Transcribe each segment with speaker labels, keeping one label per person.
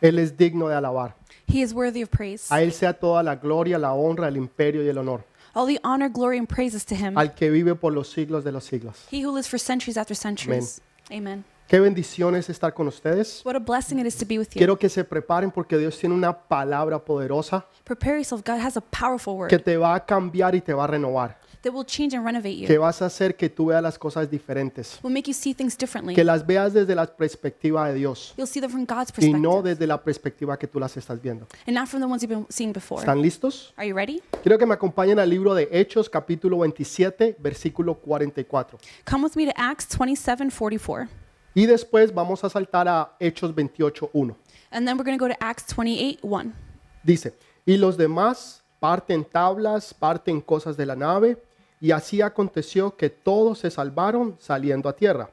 Speaker 1: Él es digno de alabar.
Speaker 2: He is worthy of praise.
Speaker 1: A Él sea toda la gloria, la honra, el imperio y el honor.
Speaker 2: All the honor, glory, and praises to him.
Speaker 1: Al que vive por los siglos de los siglos.
Speaker 2: He who lives for centuries after centuries. Amen.
Speaker 1: Qué bendición es estar con ustedes.
Speaker 2: What a blessing it is to be with you.
Speaker 1: Quiero que se preparen porque Dios tiene una palabra poderosa
Speaker 2: Prepare yourself. God has a powerful word
Speaker 1: que te va a cambiar y te va a renovar.
Speaker 2: that will change and renovate you,
Speaker 1: Que vas a hacer que tú veas las cosas diferentes.
Speaker 2: will make you see things differently.
Speaker 1: Que las veas desde la perspectiva de Dios
Speaker 2: You'll see them from God's
Speaker 1: y
Speaker 2: perspective
Speaker 1: no desde la perspectiva que tú las estás viendo.
Speaker 2: and not from the ones you've been seeing before.
Speaker 1: ¿Están listos?
Speaker 2: Are you ready?
Speaker 1: Quiero que me acompañen al libro de Hechos, capítulo 27, versículo 44.
Speaker 2: Come with me to Acts 27 44.
Speaker 1: Y después vamos a saltar a Hechos 28.1.
Speaker 2: And then we're going to go to Acts 28 1.
Speaker 1: Dice, y los demás parten tablas, parten cosas de la nave, y así aconteció que todos se salvaron saliendo a tierra.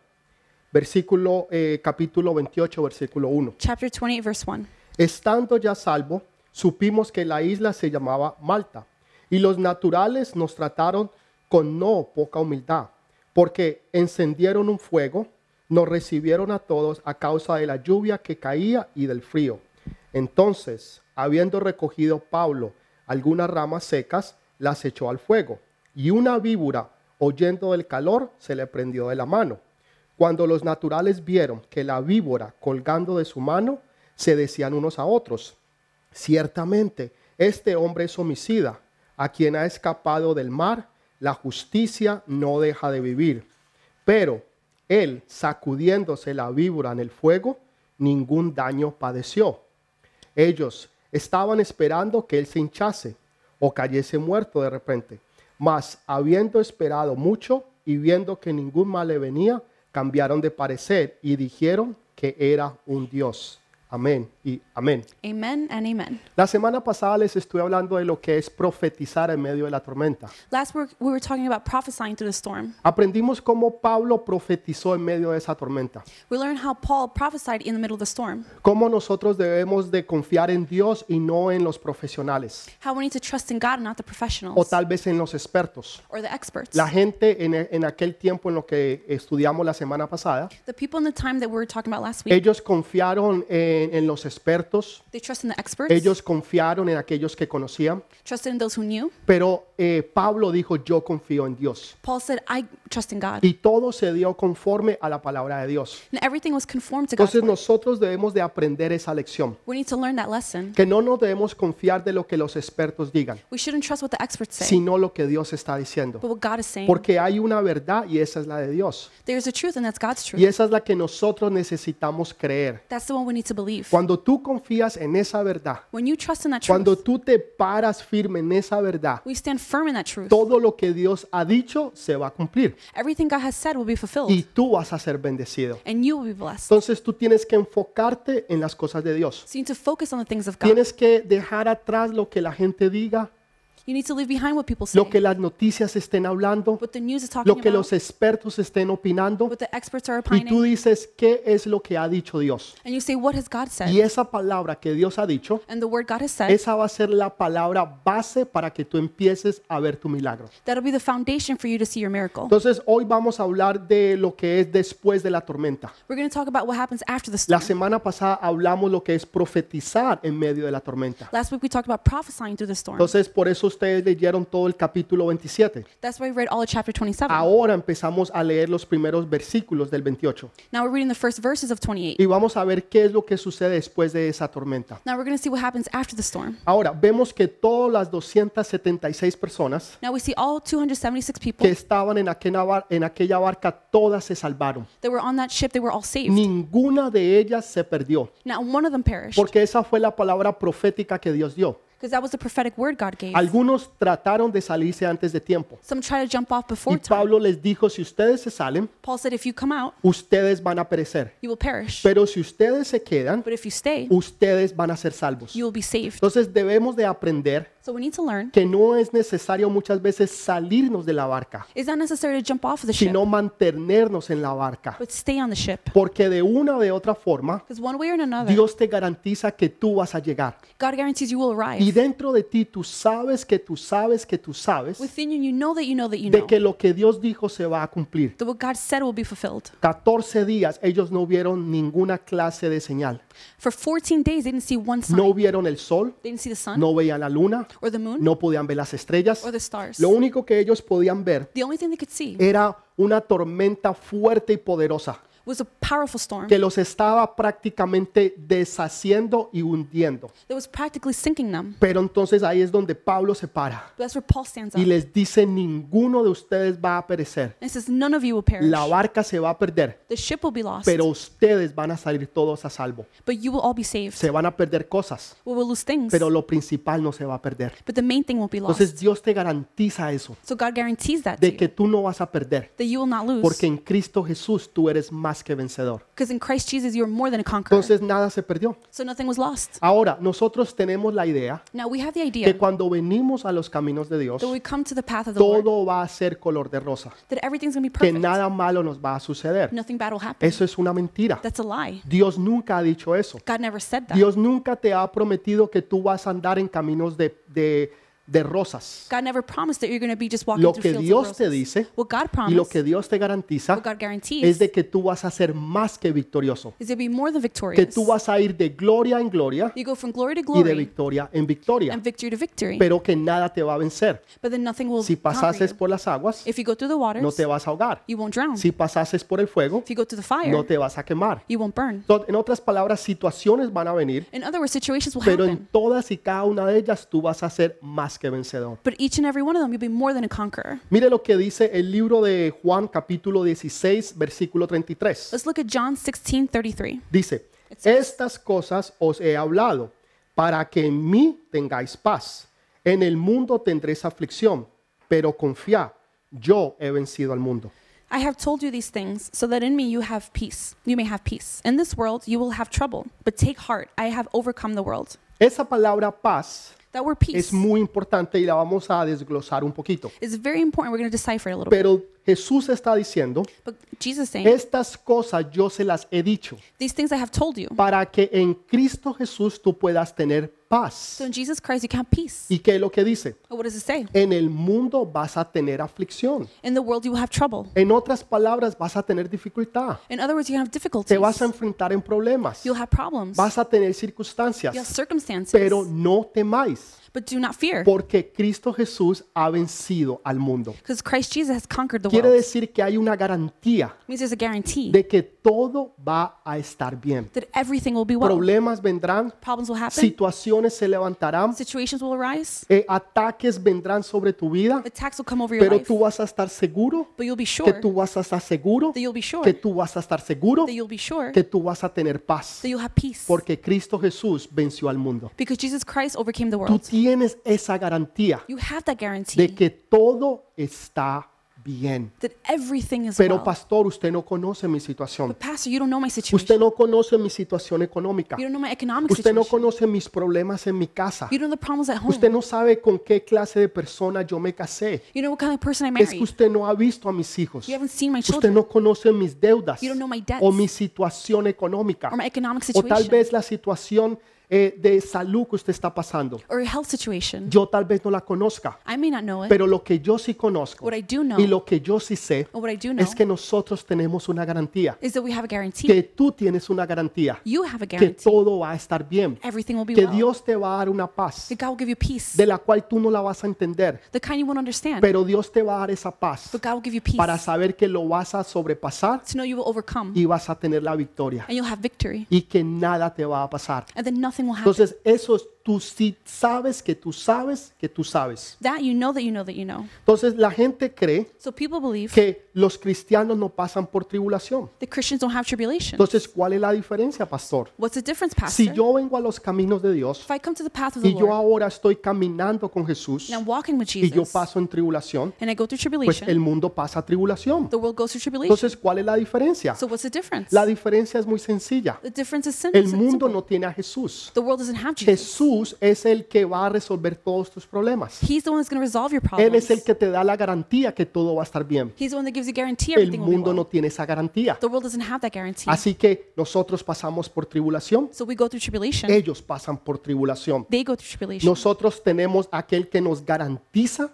Speaker 1: Versículo, eh, capítulo 28, versículo 1.
Speaker 2: Chapter 28, verse 1.
Speaker 1: Estando ya salvo, supimos que la isla se llamaba Malta, y los naturales nos trataron con no poca humildad, porque encendieron un fuego, nos recibieron a todos a causa de la lluvia que caía y del frío. Entonces, habiendo recogido Pablo algunas ramas secas, las echó al fuego, y una víbora, oyendo del calor, se le prendió de la mano. Cuando los naturales vieron que la víbora colgando de su mano, se decían unos a otros, ciertamente este hombre es homicida, a quien ha escapado del mar, la justicia no deja de vivir. Pero él, sacudiéndose la víbora en el fuego, ningún daño padeció. Ellos estaban esperando que él se hinchase o cayese muerto de repente. Mas habiendo esperado mucho y viendo que ningún mal le venía, cambiaron de parecer y dijeron que era un Dios. Amén y amén.
Speaker 2: Amen and amen.
Speaker 1: La semana pasada les estuve hablando de lo que es profetizar en medio de la tormenta.
Speaker 2: Last week, we were talking about prophesying through the storm.
Speaker 1: Aprendimos cómo Pablo profetizó en medio de esa tormenta.
Speaker 2: We learned how Paul prophesied in the middle of the storm,
Speaker 1: Cómo nosotros debemos de confiar en Dios y no en los profesionales
Speaker 2: how we need to trust in God and not the
Speaker 1: o
Speaker 2: professionals
Speaker 1: tal vez en los expertos.
Speaker 2: or the experts.
Speaker 1: La gente en, en aquel tiempo en lo que estudiamos la semana pasada,
Speaker 2: The people in the time that we were talking about last week,
Speaker 1: ellos confiaron en, en los expertos,
Speaker 2: they trusted in the experts,
Speaker 1: ellos confiaron en aquellos que conocían,
Speaker 2: trusted in those who knew.
Speaker 1: pero eh, Pablo dijo, yo confío en Dios.
Speaker 2: Paul said, I trust in God.
Speaker 1: Y todo se dio conforme a la palabra de Dios.
Speaker 2: And everything was conformed to God's
Speaker 1: Entonces
Speaker 2: word.
Speaker 1: nosotros debemos de aprender esa lección,
Speaker 2: We need to learn that lesson.
Speaker 1: que no nos debemos confiar de lo que los expertos digan,
Speaker 2: We shouldn't trust what the experts say,
Speaker 1: sino lo que Dios está diciendo.
Speaker 2: but what God is saying.
Speaker 1: Porque hay una verdad y esa es la de Dios.
Speaker 2: There's a truth, and that's God's
Speaker 1: Y
Speaker 2: truth.
Speaker 1: esa es la que nosotros necesitamos creer.
Speaker 2: That's the one we need to believe.
Speaker 1: Cuando tú confías en esa verdad,
Speaker 2: When you trust in that
Speaker 1: cuando
Speaker 2: truth,
Speaker 1: tú te paras firme en esa verdad,
Speaker 2: we stand firm in that truth.
Speaker 1: todo lo que Dios ha dicho se va a cumplir
Speaker 2: Everything God has said will be
Speaker 1: y
Speaker 2: fulfilled,
Speaker 1: tú vas a ser bendecido.
Speaker 2: and you will be blessed.
Speaker 1: Entonces tú tienes que enfocarte en las cosas de Dios.
Speaker 2: So you need to focus on the things of God.
Speaker 1: Tienes que dejar atrás lo que la gente diga,
Speaker 2: You need to leave behind what people say,
Speaker 1: lo que las noticias estén hablando,
Speaker 2: what the news is
Speaker 1: lo
Speaker 2: talking
Speaker 1: que los
Speaker 2: about,
Speaker 1: expertos estén opinando
Speaker 2: what the experts are
Speaker 1: y tú
Speaker 2: opining,
Speaker 1: dices qué es lo que ha dicho Dios.
Speaker 2: and you say, What has God
Speaker 1: Y
Speaker 2: said?
Speaker 1: esa palabra que Dios ha dicho,
Speaker 2: And the word God has said,
Speaker 1: esa va a ser la palabra base para que tú empieces a ver tu milagro.
Speaker 2: that'll be the foundation for you to see your miracle.
Speaker 1: Entonces hoy vamos a hablar de lo que es después de la tormenta.
Speaker 2: We're going to talk about what happens after the storm.
Speaker 1: La semana pasada hablamos lo que es profetizar en medio de la tormenta.
Speaker 2: Last week we talked about prophesying through the storm.
Speaker 1: Entonces por eso ustedes leyeron todo el capítulo 27.
Speaker 2: That's why we read all of chapter 27.
Speaker 1: Ahora empezamos a leer los primeros versículos del 28
Speaker 2: Now we're reading the first verses of 28.
Speaker 1: y vamos a ver qué es lo que sucede después de esa tormenta.
Speaker 2: Now we're going to see what happens after the storm.
Speaker 1: Ahora vemos que todas las 276 personas
Speaker 2: Now we see all 276
Speaker 1: que
Speaker 2: people
Speaker 1: estaban en aquella, bar- en aquella barca, todas se salvaron.
Speaker 2: that were on that ship, they were all saved.
Speaker 1: Ninguna de ellas se perdió,
Speaker 2: Not one of them perished
Speaker 1: porque esa fue la palabra profética que Dios dio.
Speaker 2: because that was the prophetic word God gave.
Speaker 1: Algunos trataron de salirse antes de tiempo.
Speaker 2: Some tried to jump off
Speaker 1: Y
Speaker 2: before time.
Speaker 1: Pablo les dijo, si ustedes se salen,
Speaker 2: Paul said, If you come out,
Speaker 1: ustedes van a perecer.
Speaker 2: you will perish.
Speaker 1: Pero si ustedes se quedan,
Speaker 2: But if you stay,
Speaker 1: ustedes van a ser salvos.
Speaker 2: you will be saved.
Speaker 1: Entonces debemos de aprender
Speaker 2: So we need to learn
Speaker 1: que no es necesario muchas veces salirnos de la barca,
Speaker 2: it's not necessary to jump off of the ship,
Speaker 1: sino mantenernos en la barca.
Speaker 2: but stay on the ship.
Speaker 1: Porque de una o de otra forma,
Speaker 2: Because one way or another,
Speaker 1: Dios te garantiza que tú vas a llegar.
Speaker 2: God guarantees you will
Speaker 1: Y
Speaker 2: arrive.
Speaker 1: y dentro de ti tú sabes que tú sabes que tú sabes
Speaker 2: Within you, you know that you know that you
Speaker 1: de
Speaker 2: know
Speaker 1: que lo que Dios dijo se va a cumplir.
Speaker 2: that what God said will be fulfilled.
Speaker 1: 14 días ellos no vieron ninguna clase de señal.
Speaker 2: For 14 days, they didn't see one sign.
Speaker 1: No vieron el sol,
Speaker 2: They didn't see the sun
Speaker 1: no veían la luna,
Speaker 2: or the moon
Speaker 1: no podían ver las estrellas.
Speaker 2: or the stars.
Speaker 1: Lo eh, único que ellos podían ver
Speaker 2: The only thing they could see
Speaker 1: era una tormenta fuerte y poderosa
Speaker 2: was a powerful storm
Speaker 1: que los estaba prácticamente deshaciendo y hundiendo.
Speaker 2: that was practically sinking them.
Speaker 1: Pero entonces ahí es donde Pablo se para
Speaker 2: But that's where Paul stands up
Speaker 1: y les dice, ninguno de ustedes va a perecer.
Speaker 2: and says, None of you will perish.
Speaker 1: La barca se va a perder,
Speaker 2: The ship will be lost,
Speaker 1: pero ustedes van a salir todos a salvo.
Speaker 2: but you will all be saved.
Speaker 1: Se van a perder cosas,
Speaker 2: We will lose things,
Speaker 1: pero lo principal no se va a perder.
Speaker 2: but the main thing won't be
Speaker 1: Entonces
Speaker 2: lost.
Speaker 1: Dios te garantiza eso,
Speaker 2: So God guarantees that to
Speaker 1: de
Speaker 2: you,
Speaker 1: que tú no vas a perder,
Speaker 2: that you will not lose.
Speaker 1: porque en Cristo Jesús tú eres más que vencedor.
Speaker 2: Because in Christ Jesus, you are more than a conqueror.
Speaker 1: Entonces nada se perdió.
Speaker 2: So nothing was lost.
Speaker 1: Ahora, nosotros tenemos la idea
Speaker 2: Now we have the idea
Speaker 1: que
Speaker 2: that
Speaker 1: cuando venimos a los caminos de Dios,
Speaker 2: we come to the path of the Lord,
Speaker 1: todo va a ser color de rosa,
Speaker 2: that everything's going to be
Speaker 1: que
Speaker 2: perfect.
Speaker 1: nada malo nos va a suceder.
Speaker 2: Nothing bad will happen.
Speaker 1: Eso es una mentira.
Speaker 2: That's a lie.
Speaker 1: Dios nunca ha dicho eso.
Speaker 2: God never said that.
Speaker 1: Dios nunca te ha prometido que tú vas a andar en caminos de, de- de rosas.
Speaker 2: God never promised that you're going to be just walking
Speaker 1: Lo
Speaker 2: through
Speaker 1: que
Speaker 2: fields
Speaker 1: Dios
Speaker 2: of
Speaker 1: te
Speaker 2: roses.
Speaker 1: dice
Speaker 2: what God
Speaker 1: Y lo
Speaker 2: promised,
Speaker 1: que Dios te garantiza
Speaker 2: what God guarantees,
Speaker 1: es de que tú vas a ser más que victorioso,
Speaker 2: is you'll be more than
Speaker 1: que
Speaker 2: victorious.
Speaker 1: tú vas a ir de gloria en Pues, gloria
Speaker 2: you go from glory to
Speaker 1: y de
Speaker 2: glory
Speaker 1: victoria en victoria,
Speaker 2: and victory to victory,
Speaker 1: pero que nada te va a vencer.
Speaker 2: but then nothing will
Speaker 1: Si
Speaker 2: conquer
Speaker 1: pasases
Speaker 2: you.
Speaker 1: por las aguas,
Speaker 2: If you go through the waters,
Speaker 1: no te vas a ahogar.
Speaker 2: you won't drown.
Speaker 1: Si pasases por el fuego,
Speaker 2: if you go through the fire,
Speaker 1: no te vas a quemar.
Speaker 2: you won't burn.
Speaker 1: Entonces, en otras palabras, situaciones van a venir,
Speaker 2: In other words, situations will
Speaker 1: pero en
Speaker 2: happen,
Speaker 1: todas y cada una de ellas tú vas a ser más que vencedor.
Speaker 2: but each and every one of them, you'll be more than a conqueror.
Speaker 1: Mire lo que dice el libro de Juan capítulo 16, versículo 33.
Speaker 2: Let's look at John 16, 33.
Speaker 1: Dice, estas cosas os he hablado para que en mí tengáis paz. En el mundo tendréis aflicción, pero confiad, yo he vencido al mundo.
Speaker 2: I have told you these things so that in me you have peace. You may have peace. In this world you will have trouble, but take heart. I have overcome the world.
Speaker 1: Esa palabra paz
Speaker 2: That word peace
Speaker 1: es muy importante y la vamos a desglosar un poquito.
Speaker 2: is very important. We're going to decipher it a little bit.
Speaker 1: Pero Jesús está diciendo,
Speaker 2: But Jesus is saying,
Speaker 1: estas cosas yo se las he dicho
Speaker 2: these things I have told you.
Speaker 1: para que en Cristo Jesús tú puedas tener paz.
Speaker 2: So in Jesus Christ you can have peace.
Speaker 1: ¿Y qué es lo que dice?
Speaker 2: But what does it say?
Speaker 1: En el mundo vas a tener aflicción.
Speaker 2: In the world you will have trouble.
Speaker 1: En otras palabras, vas a tener dificultad.
Speaker 2: In other words, you have
Speaker 1: Te vas
Speaker 2: difficulties.
Speaker 1: a enfrentar en problemas.
Speaker 2: You'll have problems.
Speaker 1: Vas a tener
Speaker 2: You have
Speaker 1: circunstancias. Pero
Speaker 2: circumstances.
Speaker 1: no temáis,
Speaker 2: But do not fear,
Speaker 1: porque Cristo Jesús ha vencido al mundo.
Speaker 2: because Christ Jesus has conquered the
Speaker 1: Quiere
Speaker 2: world.
Speaker 1: decir que hay una garantía
Speaker 2: means there's a guarantee
Speaker 1: de que todo va a estar bien.
Speaker 2: that everything will be well.
Speaker 1: Problemas vendrán,
Speaker 2: Problems will happen.
Speaker 1: situaciones se levantarán,
Speaker 2: Situations will arise.
Speaker 1: eh, ataques vendrán sobre tu vida,
Speaker 2: Attacks will come over your
Speaker 1: pero
Speaker 2: life.
Speaker 1: tú vas a estar seguro,
Speaker 2: But you'll be
Speaker 1: que
Speaker 2: sure
Speaker 1: tú vas a estar seguro,
Speaker 2: that you'll be sure
Speaker 1: que tú vas a estar seguro,
Speaker 2: that you'll be sure
Speaker 1: que tú vas a tener paz.
Speaker 2: that you'll have peace
Speaker 1: Porque Cristo Jesús venció al mundo.
Speaker 2: because Jesus Christ overcame the
Speaker 1: Tú
Speaker 2: world.
Speaker 1: tienes esa garantía
Speaker 2: You have that
Speaker 1: de
Speaker 2: guarantee
Speaker 1: que todo está bien.
Speaker 2: that everything is
Speaker 1: Pero
Speaker 2: well.
Speaker 1: pastor, usted no conoce mi situación.
Speaker 2: But pastor, you don't know my situation.
Speaker 1: Usted no conoce mi situación económica.
Speaker 2: You don't know my economic
Speaker 1: Usted no
Speaker 2: situation.
Speaker 1: conoce mis problemas en mi casa.
Speaker 2: You don't know the problems at home.
Speaker 1: Usted no sabe con qué clase de persona yo me casé.
Speaker 2: You know what kind of person I
Speaker 1: Es que
Speaker 2: married.
Speaker 1: usted no ha visto a mis hijos.
Speaker 2: You haven't seen my
Speaker 1: Usted
Speaker 2: children
Speaker 1: no conoce mis deudas
Speaker 2: You don't know my debts.
Speaker 1: o mi situación económica
Speaker 2: or my economic
Speaker 1: o tal
Speaker 2: situation
Speaker 1: vez la situación eh, de salud que usted está pasando.
Speaker 2: or your health situation.
Speaker 1: Yo tal vez no la conozca,
Speaker 2: I may not know it.
Speaker 1: pero lo que yo sí conozco
Speaker 2: What I do know
Speaker 1: y lo que yo sí sé
Speaker 2: and what I do know
Speaker 1: es que nosotros tenemos una garantía,
Speaker 2: is that we have a guarantee.
Speaker 1: que tú tienes una garantía,
Speaker 2: You have a
Speaker 1: que
Speaker 2: guarantee.
Speaker 1: todo va a estar bien,
Speaker 2: Everything will be
Speaker 1: que
Speaker 2: well.
Speaker 1: Dios te va a dar una paz
Speaker 2: That God will give you peace,
Speaker 1: de la cual tú no la vas a entender,
Speaker 2: the kind you won't understand.
Speaker 1: pero Dios te va a dar esa paz
Speaker 2: But God will give you peace
Speaker 1: para
Speaker 2: to
Speaker 1: saber que lo vas a sobrepasar
Speaker 2: know you will overcome
Speaker 1: y vas a tener la victoria
Speaker 2: and you'll have victory
Speaker 1: y que nada te va a pasar.
Speaker 2: and then nothing will happen.
Speaker 1: Entonces, eso es, tú sí sabes que tú sabes que tú sabes.
Speaker 2: That you know that you know that you know.
Speaker 1: Entonces, la gente cree
Speaker 2: So people believe
Speaker 1: que los cristianos no pasan por tribulación.
Speaker 2: that Christians don't have tribulation.
Speaker 1: Entonces, ¿cuál es la diferencia, pastor?
Speaker 2: What's the difference, Pastor?
Speaker 1: Si yo vengo a los caminos de Dios
Speaker 2: if I come to the path of the
Speaker 1: y yo
Speaker 2: Lord
Speaker 1: ahora estoy caminando con Jesús
Speaker 2: and I'm walking with
Speaker 1: y yo
Speaker 2: Jesus
Speaker 1: paso en tribulación,
Speaker 2: and I go through
Speaker 1: pues
Speaker 2: tribulation,
Speaker 1: el mundo pasa tribulación.
Speaker 2: the world goes through tribulation.
Speaker 1: Entonces, ¿cuál es la diferencia?
Speaker 2: so what's the difference?
Speaker 1: La diferencia es muy sencilla.
Speaker 2: the difference is sin-
Speaker 1: El
Speaker 2: sin-
Speaker 1: mundo
Speaker 2: simple.
Speaker 1: no tiene a Jesús. Jesús.
Speaker 2: The world doesn't have Jesus.
Speaker 1: Jesús es el que va a resolver todos tus problemas.
Speaker 2: He's the one who's going to resolve your
Speaker 1: Él
Speaker 2: problems.
Speaker 1: es el que te da la garantía que todo va a estar bien.
Speaker 2: He's the one that gives you guarantee
Speaker 1: El
Speaker 2: everything will be
Speaker 1: mundo
Speaker 2: well.
Speaker 1: no tiene esa garantía.
Speaker 2: The world doesn't have that guarantee.
Speaker 1: Así que nosotros pasamos por tribulación,
Speaker 2: So we go through tribulation.
Speaker 1: ellos pasan por tribulación.
Speaker 2: They go through tribulation.
Speaker 1: Nosotros tenemos aquel que nos garantiza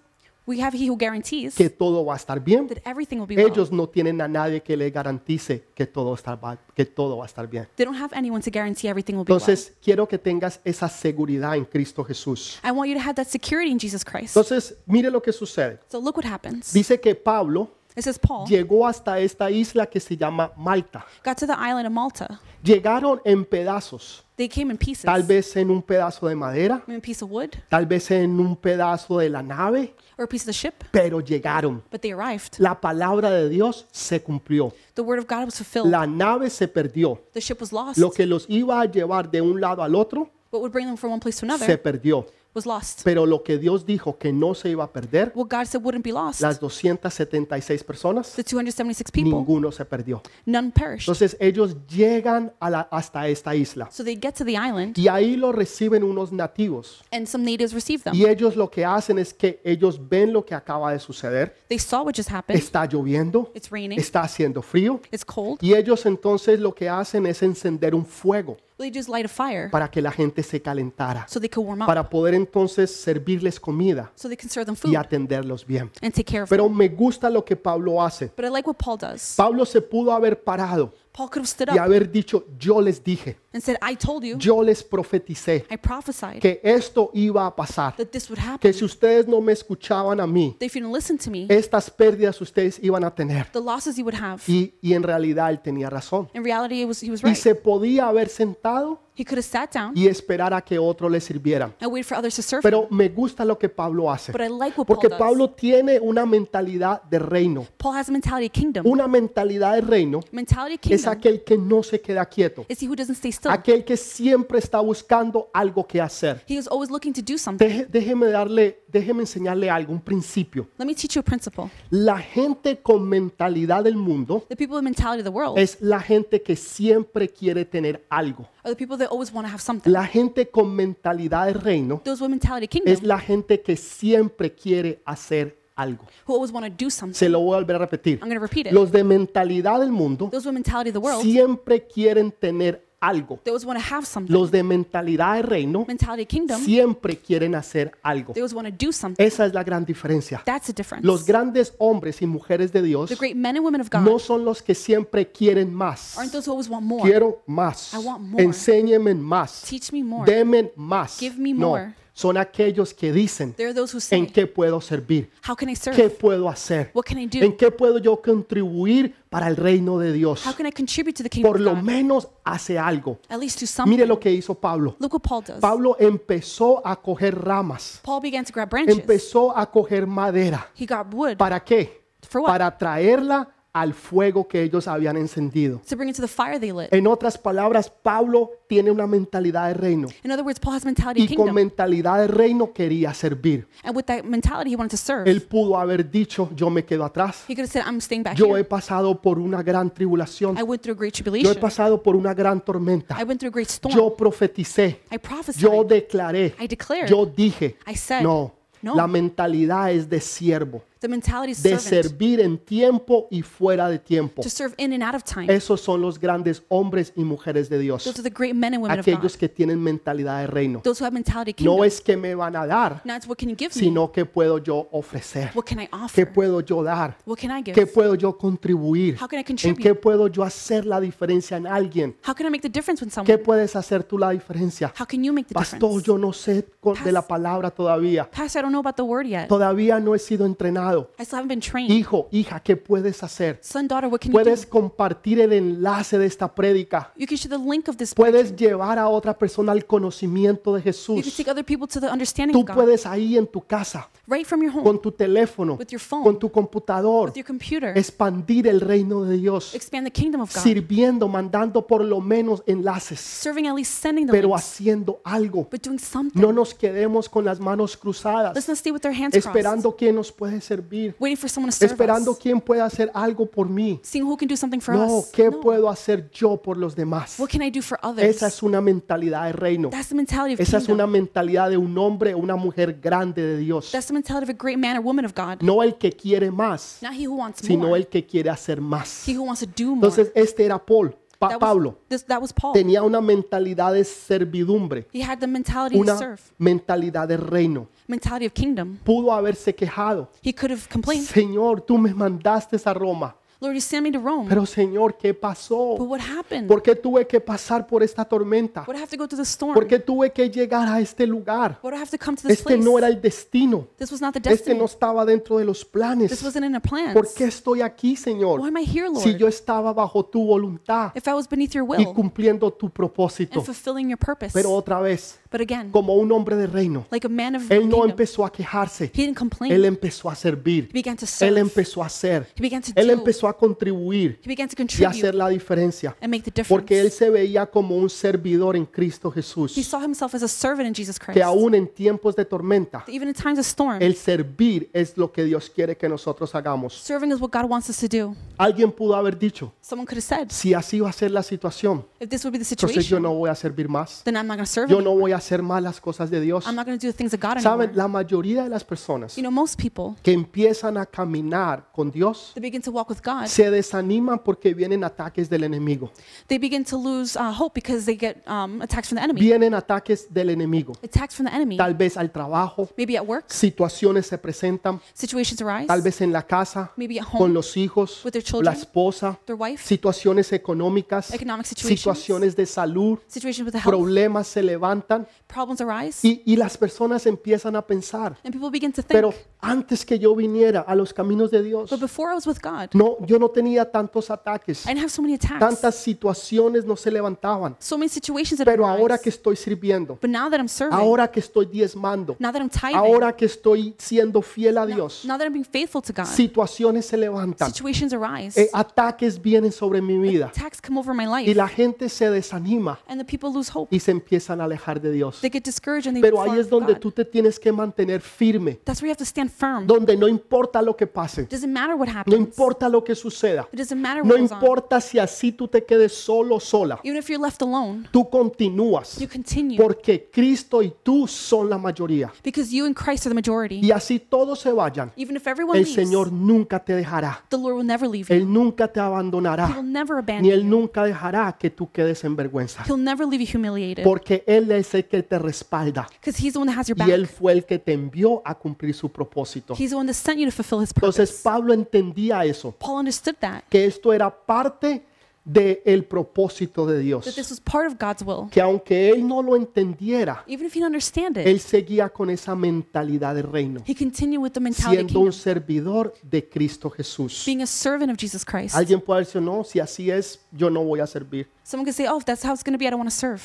Speaker 2: We have He who guarantees
Speaker 1: que todo va a estar bien.
Speaker 2: that everything will be well.
Speaker 1: Ellos no tienen a nadie que les garantice que todo, está va- que todo va a estar bien.
Speaker 2: They don't have anyone to guarantee everything will be well.
Speaker 1: Entonces, quiero que tengas esa seguridad en Cristo Jesús.
Speaker 2: I want you to have that security in Jesus Christ.
Speaker 1: Entonces, mire lo que sucede.
Speaker 2: So look what happens.
Speaker 1: Dice que Pablo
Speaker 2: It says Paul
Speaker 1: llegó hasta esta isla que se llama Malta.
Speaker 2: got to the island of Malta.
Speaker 1: Llegaron en pedazos,
Speaker 2: They came in pieces.
Speaker 1: tal vez en un pedazo de madera,
Speaker 2: I mean, a piece of wood
Speaker 1: tal vez en un pedazo de la nave,
Speaker 2: or a piece of the ship,
Speaker 1: pero llegaron.
Speaker 2: but they arrived.
Speaker 1: La palabra de Dios se cumplió.
Speaker 2: The word of God was fulfilled.
Speaker 1: La nave se perdió.
Speaker 2: The ship was lost.
Speaker 1: Lo que los iba a llevar de un lado al otro
Speaker 2: What would bring them from one place to
Speaker 1: se
Speaker 2: another
Speaker 1: perdió.
Speaker 2: was lost.
Speaker 1: Pero lo que Dios dijo que no se iba a perder,
Speaker 2: What God said wouldn't be lost,
Speaker 1: las 276 personas,
Speaker 2: the 276 people,
Speaker 1: ninguno se perdió.
Speaker 2: none perished.
Speaker 1: Entonces ellos llegan a la- hasta esta isla
Speaker 2: So they get to the island,
Speaker 1: y ahí lo reciben unos nativos.
Speaker 2: and some natives receive them.
Speaker 1: Y ellos lo que hacen es que ellos ven lo que acaba de suceder.
Speaker 2: They saw what just happened.
Speaker 1: Está lloviendo,
Speaker 2: It's raining.
Speaker 1: está haciendo frío.
Speaker 2: It's cold.
Speaker 1: Y ellos entonces lo que hacen es encender un fuego
Speaker 2: They just light a fire
Speaker 1: para que la gente se calentara,
Speaker 2: so they could warm up,
Speaker 1: para poder entonces servirles comida
Speaker 2: so they can serve them
Speaker 1: y
Speaker 2: food
Speaker 1: atenderlos bien.
Speaker 2: and take care of them.
Speaker 1: Pero me gusta lo que Pablo hace.
Speaker 2: But I like what Paul does.
Speaker 1: Pablo se pudo haber parado
Speaker 2: Paul could have stood
Speaker 1: y
Speaker 2: up
Speaker 1: haber dicho, yo les dije,
Speaker 2: and said, I told you,
Speaker 1: yo les profeticé
Speaker 2: I prophesied
Speaker 1: que esto iba a pasar,
Speaker 2: that this would happen.
Speaker 1: que si ustedes no me escuchaban a mí,
Speaker 2: That if you didn't listen to me,
Speaker 1: estas pérdidas ustedes iban a tener.
Speaker 2: the losses you would have.
Speaker 1: Y, y en realidad él tenía razón.
Speaker 2: In reality, it was, he was
Speaker 1: Y
Speaker 2: right.
Speaker 1: se podía haber sentado
Speaker 2: He could have sat down
Speaker 1: y esperar a que otro le sirvieran.
Speaker 2: and waited for others to serve him.
Speaker 1: Pero me gusta lo que Pablo hace.
Speaker 2: But I like what Paul
Speaker 1: Porque
Speaker 2: does.
Speaker 1: Pablo tiene una mentalidad de reino.
Speaker 2: Paul has a mentality of kingdom.
Speaker 1: Una mentalidad de reino
Speaker 2: Mentality of
Speaker 1: es
Speaker 2: kingdom
Speaker 1: aquel que no se queda quieto.
Speaker 2: is he who doesn't stay still.
Speaker 1: Aquel que siempre está buscando algo que hacer.
Speaker 2: He is always looking to do something.
Speaker 1: Deje- déjeme darle, déjeme enseñarle algo, un principio.
Speaker 2: Let me teach you a principle.
Speaker 1: La gente con mentalidad del mundo
Speaker 2: The people with mentality of the world
Speaker 1: es la gente que siempre quiere tener algo.
Speaker 2: are the people that always want to have something.
Speaker 1: La gente con mentalidad de reino
Speaker 2: Those with mentality of
Speaker 1: es
Speaker 2: kingdom
Speaker 1: la gente que siempre quiere hacer algo.
Speaker 2: who always want to do something.
Speaker 1: Se lo voy a volver a repetir.
Speaker 2: I'm going to repeat it.
Speaker 1: Los de mentalidad del mundo
Speaker 2: Those with mentality of the world,
Speaker 1: siempre quieren tener algo.
Speaker 2: they always want to have something.
Speaker 1: Los de mentalidad de reino
Speaker 2: Mentality of kingdom, they
Speaker 1: siempre quieren hacer algo.
Speaker 2: always want to do something.
Speaker 1: Esa es la gran diferencia.
Speaker 2: That's the difference.
Speaker 1: Los grandes hombres y mujeres de Dios
Speaker 2: The great men and women of
Speaker 1: no
Speaker 2: God
Speaker 1: son los que siempre quieren más.
Speaker 2: aren't those who always want more.
Speaker 1: Quiero más.
Speaker 2: I want more.
Speaker 1: Enséñeme más.
Speaker 2: Teach me more.
Speaker 1: Deme más.
Speaker 2: Give me
Speaker 1: No,
Speaker 2: more.
Speaker 1: son aquellos que dicen
Speaker 2: There are those who
Speaker 1: en
Speaker 2: say,
Speaker 1: qué puedo servir,
Speaker 2: How can I
Speaker 1: qué
Speaker 2: serve?
Speaker 1: puedo hacer,
Speaker 2: What can I do?
Speaker 1: en qué puedo yo contribuir para el reino de Dios.
Speaker 2: How can I contribute to the kingdom
Speaker 1: Por
Speaker 2: of
Speaker 1: lo
Speaker 2: God?
Speaker 1: menos hace algo.
Speaker 2: At least do
Speaker 1: Mire
Speaker 2: something.
Speaker 1: lo que hizo Pablo.
Speaker 2: Look what Paul does.
Speaker 1: Pablo empezó a coger ramas,
Speaker 2: Paul began to grab branches.
Speaker 1: empezó a coger madera.
Speaker 2: He got wood
Speaker 1: ¿Para qué?
Speaker 2: For what?
Speaker 1: Para traerla al fuego que ellos habían encendido.
Speaker 2: to bring it to the fire they lit.
Speaker 1: En otras palabras, Pablo tiene una mentalidad de reino
Speaker 2: In other words, Paul has mentality of
Speaker 1: y con
Speaker 2: kingdom.
Speaker 1: mentalidad de reino quería servir.
Speaker 2: And with that mentality, he wanted to serve.
Speaker 1: Él pudo haber dicho, yo me quedo atrás.
Speaker 2: He could have said, I'm staying back
Speaker 1: Yo he
Speaker 2: here.
Speaker 1: pasado por una gran tribulación.
Speaker 2: I went through a great
Speaker 1: Yo he
Speaker 2: tribulation.
Speaker 1: pasado por una gran tormenta.
Speaker 2: I went through a great storm.
Speaker 1: Yo profeticé.
Speaker 2: I prophesied.
Speaker 1: Yo declaré.
Speaker 2: I declared.
Speaker 1: Yo dije.
Speaker 2: I said.
Speaker 1: No.
Speaker 2: No.
Speaker 1: La mentalidad es de siervo,
Speaker 2: The mentality is
Speaker 1: de
Speaker 2: servant.
Speaker 1: servir en tiempo y fuera de tiempo.
Speaker 2: To serve in and out of time.
Speaker 1: Esos son los grandes hombres y mujeres de Dios.
Speaker 2: Those are the great men and women of God.
Speaker 1: Aquellos que tienen mentalidad de reino.
Speaker 2: Those who have mentality of
Speaker 1: No
Speaker 2: kingdom.
Speaker 1: es que me van a dar,
Speaker 2: Not what can you give me?
Speaker 1: sino que puedo yo ofrecer.
Speaker 2: What can I
Speaker 1: ¿Qué
Speaker 2: offer?
Speaker 1: puedo yo dar?
Speaker 2: What can I
Speaker 1: ¿Qué
Speaker 2: give?
Speaker 1: puedo yo contribuir?
Speaker 2: How can I
Speaker 1: ¿En qué
Speaker 2: contribute?
Speaker 1: puedo yo hacer la diferencia en alguien?
Speaker 2: How can I make the difference with
Speaker 1: ¿Qué
Speaker 2: someone?
Speaker 1: puedes hacer tú la diferencia?
Speaker 2: How can you make the
Speaker 1: Pastor,
Speaker 2: difference?
Speaker 1: yo no sé con- de la palabra todavía.
Speaker 2: Pastor, I don't know about the word yet.
Speaker 1: Todavía no he sido entrenado.
Speaker 2: I still haven't been trained.
Speaker 1: Hijo, hija, ¿qué puedes hacer?
Speaker 2: Son, daughter, what can you do?
Speaker 1: Puedes compartir el enlace de esta prédica.
Speaker 2: You can share the link of this.
Speaker 1: Puedes llevar a otra persona al conocimiento de
Speaker 2: You can
Speaker 1: Jesús.
Speaker 2: take other people to the understanding
Speaker 1: Tú
Speaker 2: of God.
Speaker 1: puedes ahí en tu casa,
Speaker 2: Right from your home,
Speaker 1: con tu teléfono,
Speaker 2: With your phone.
Speaker 1: con tu computador,
Speaker 2: with your computer.
Speaker 1: expandir el reino de Dios,
Speaker 2: Expand the kingdom of God.
Speaker 1: sirviendo, mandando por lo menos enlaces,
Speaker 2: Serving at least sending the
Speaker 1: pero
Speaker 2: links.
Speaker 1: haciendo algo.
Speaker 2: But doing something.
Speaker 1: No nos quedemos con las manos cruzadas,
Speaker 2: Let's not stay with their hands crossed.
Speaker 1: esperando quién nos puede servir,
Speaker 2: waiting for someone to serve
Speaker 1: esperando
Speaker 2: us,
Speaker 1: quién pueda hacer algo por mí.
Speaker 2: seeing who can do something for
Speaker 1: No,
Speaker 2: us.
Speaker 1: ¿qué
Speaker 2: No.
Speaker 1: puedo hacer yo por los demás?
Speaker 2: What can I do for others?
Speaker 1: Esa es una mentalidad de reino.
Speaker 2: That's the mentality of
Speaker 1: Esa es
Speaker 2: kingdom.
Speaker 1: una mentalidad de un hombre o una mujer grande de Dios.
Speaker 2: That's the mentality of a great man or woman of God.
Speaker 1: No el que quiere más,
Speaker 2: Not he who wants
Speaker 1: sino
Speaker 2: more.
Speaker 1: el que quiere hacer más.
Speaker 2: he who wants to do more.
Speaker 1: Entonces, este era Paul, Pa-
Speaker 2: that, was,
Speaker 1: Pablo.
Speaker 2: this, that was Paul.
Speaker 1: Tenía una mentalidad de servidumbre,
Speaker 2: He had the mentality to
Speaker 1: una
Speaker 2: serve,
Speaker 1: mentalidad de reino.
Speaker 2: mentality of kingdom.
Speaker 1: Pudo haberse quejado.
Speaker 2: He could have complained,
Speaker 1: Señor, tú me mandaste a Roma.
Speaker 2: Lord, you sent me to Rome.
Speaker 1: Pero Señor, ¿qué
Speaker 2: but
Speaker 1: pasó?
Speaker 2: what happened?
Speaker 1: ¿Por qué tuve que pasar por esta tormenta?
Speaker 2: What do I have to go through the storm?
Speaker 1: ¿Por qué tuve que llegar a este lugar?
Speaker 2: What do I have to come to this
Speaker 1: Este
Speaker 2: place?
Speaker 1: no era el destino.
Speaker 2: this was not the
Speaker 1: Este
Speaker 2: destiny.
Speaker 1: no estaba dentro de los
Speaker 2: this
Speaker 1: planes.
Speaker 2: wasn't in a plan.
Speaker 1: ¿Por qué estoy aquí, Señor?
Speaker 2: Why am I here, Lord?
Speaker 1: Si yo estaba bajo tu voluntad
Speaker 2: if I was beneath your will
Speaker 1: y cumpliendo tu propósito.
Speaker 2: and fulfilling your purpose.
Speaker 1: Pero otra vez,
Speaker 2: but again,
Speaker 1: como un hombre de reino,
Speaker 2: like a man of
Speaker 1: él no
Speaker 2: kingdom,
Speaker 1: empezó a quejarse.
Speaker 2: he didn't complain.
Speaker 1: Él empezó a servir.
Speaker 2: he began to serve.
Speaker 1: Él empezó a hacer.
Speaker 2: he began to
Speaker 1: Él
Speaker 2: do.
Speaker 1: empezó a contribuir
Speaker 2: he began to
Speaker 1: y a
Speaker 2: contribute
Speaker 1: hacer la diferencia.
Speaker 2: and make the difference.
Speaker 1: Porque él se veía como un servidor en Cristo
Speaker 2: he
Speaker 1: Jesús.
Speaker 2: saw himself as a servant in Jesus Christ.
Speaker 1: Que aún en tiempos de tormenta,
Speaker 2: Even in times of storm,
Speaker 1: el servir es lo que Dios quiere que nosotros hagamos.
Speaker 2: serving is what God wants us to do.
Speaker 1: Alguien pudo haber dicho,
Speaker 2: Someone could have said,
Speaker 1: si así va a ser la situación,
Speaker 2: if this would be the
Speaker 1: entonces yo
Speaker 2: situation,
Speaker 1: no voy a servir más.
Speaker 2: then I'm not going to serve
Speaker 1: Yo
Speaker 2: you.
Speaker 1: no voy a hacer más las cosas de Dios.
Speaker 2: I'm not going to do the things of God anymore.
Speaker 1: Saben, la mayoría de las personas
Speaker 2: you know, most people,
Speaker 1: que empiezan a caminar con Dios
Speaker 2: they begin to walk with God.
Speaker 1: se desaniman porque vienen ataques del enemigo.
Speaker 2: They begin to lose uh, hope because they get um, attacks from the enemy.
Speaker 1: Vienen ataques del enemigo.
Speaker 2: Attacks from the enemy.
Speaker 1: Tal vez al trabajo,
Speaker 2: Maybe at work,
Speaker 1: situaciones se presentan,
Speaker 2: situations arise.
Speaker 1: tal vez en la casa,
Speaker 2: Maybe at home,
Speaker 1: con los hijos,
Speaker 2: with their
Speaker 1: la
Speaker 2: children,
Speaker 1: esposa,
Speaker 2: their wife,
Speaker 1: situaciones económicas,
Speaker 2: economic situations,
Speaker 1: situaciones de salud,
Speaker 2: situations with the health,
Speaker 1: problemas se levantan
Speaker 2: problems arise.
Speaker 1: y, y las personas empiezan a pensar,
Speaker 2: and people begin to think,
Speaker 1: pero antes que yo viniera a los caminos de Dios,
Speaker 2: but before I was with God,
Speaker 1: no, yo no tenía tantos ataques,
Speaker 2: I didn't have so many attacks.
Speaker 1: Mm. tantas situaciones no se levantaban,
Speaker 2: so many situations that
Speaker 1: pero
Speaker 2: arise.
Speaker 1: ahora que estoy sirviendo,
Speaker 2: but now that I'm serving,
Speaker 1: ahora que estoy diezmando,
Speaker 2: now that I'm tithing,
Speaker 1: ahora que estoy siendo fiel a
Speaker 2: now,
Speaker 1: Dios,
Speaker 2: now that I'm being faithful to God,
Speaker 1: situaciones se levantan,
Speaker 2: situations arise.
Speaker 1: eh, ataques vienen sobre mi vida
Speaker 2: attacks come over my life.
Speaker 1: y la gente se desanima
Speaker 2: and the people lose hope.
Speaker 1: y se empiezan a alejar de Dios.
Speaker 2: They get discouraged and they
Speaker 1: Pero
Speaker 2: fall
Speaker 1: ahí es
Speaker 2: from
Speaker 1: donde
Speaker 2: God.
Speaker 1: tú te tienes que mantener firme,
Speaker 2: That's where you have to stand firm.
Speaker 1: donde no importa lo que pase,
Speaker 2: It doesn't matter what happens.
Speaker 1: no importa lo que suceda,
Speaker 2: It doesn't matter what
Speaker 1: no
Speaker 2: goes on.
Speaker 1: importa si así tú te quedes solo o sola,
Speaker 2: Even if you're left alone,
Speaker 1: tú continúas
Speaker 2: you continue
Speaker 1: porque Cristo y tú son la mayoría.
Speaker 2: because you and Christ are the majority.
Speaker 1: Y así todos se vayan,
Speaker 2: Even if everyone
Speaker 1: el
Speaker 2: leaves,
Speaker 1: Señor nunca te dejará,
Speaker 2: the Lord will never leave you.
Speaker 1: Él nunca te
Speaker 2: He will
Speaker 1: abandonará,
Speaker 2: never
Speaker 1: ni
Speaker 2: abandon you.
Speaker 1: Él nunca dejará que tú quedes en vergüenza,
Speaker 2: He'll never leave you humiliated
Speaker 1: porque Él es el que te respalda
Speaker 2: because He's the one that has your back.
Speaker 1: y Él fue el que te envió a cumplir su propósito.
Speaker 2: He's the one that sent you to fulfill His purpose.
Speaker 1: Entonces Pablo entendía eso,
Speaker 2: Paul understood that,
Speaker 1: que esto era parte del propósito de
Speaker 2: that this
Speaker 1: Dios,
Speaker 2: was part of God's will.
Speaker 1: que aunque él no lo entendiera,
Speaker 2: Even if you don't understand it,
Speaker 1: él seguía con esa mentalidad de reino,
Speaker 2: he continued with the mentality of
Speaker 1: siendo un
Speaker 2: kingdom,
Speaker 1: servidor de Cristo Jesús.
Speaker 2: being a servant of Jesus Christ.
Speaker 1: Alguien puede decir, no, si así es, yo no voy a servir.
Speaker 2: Someone could say, oh, if that's how it's going to be, I don't want to serve.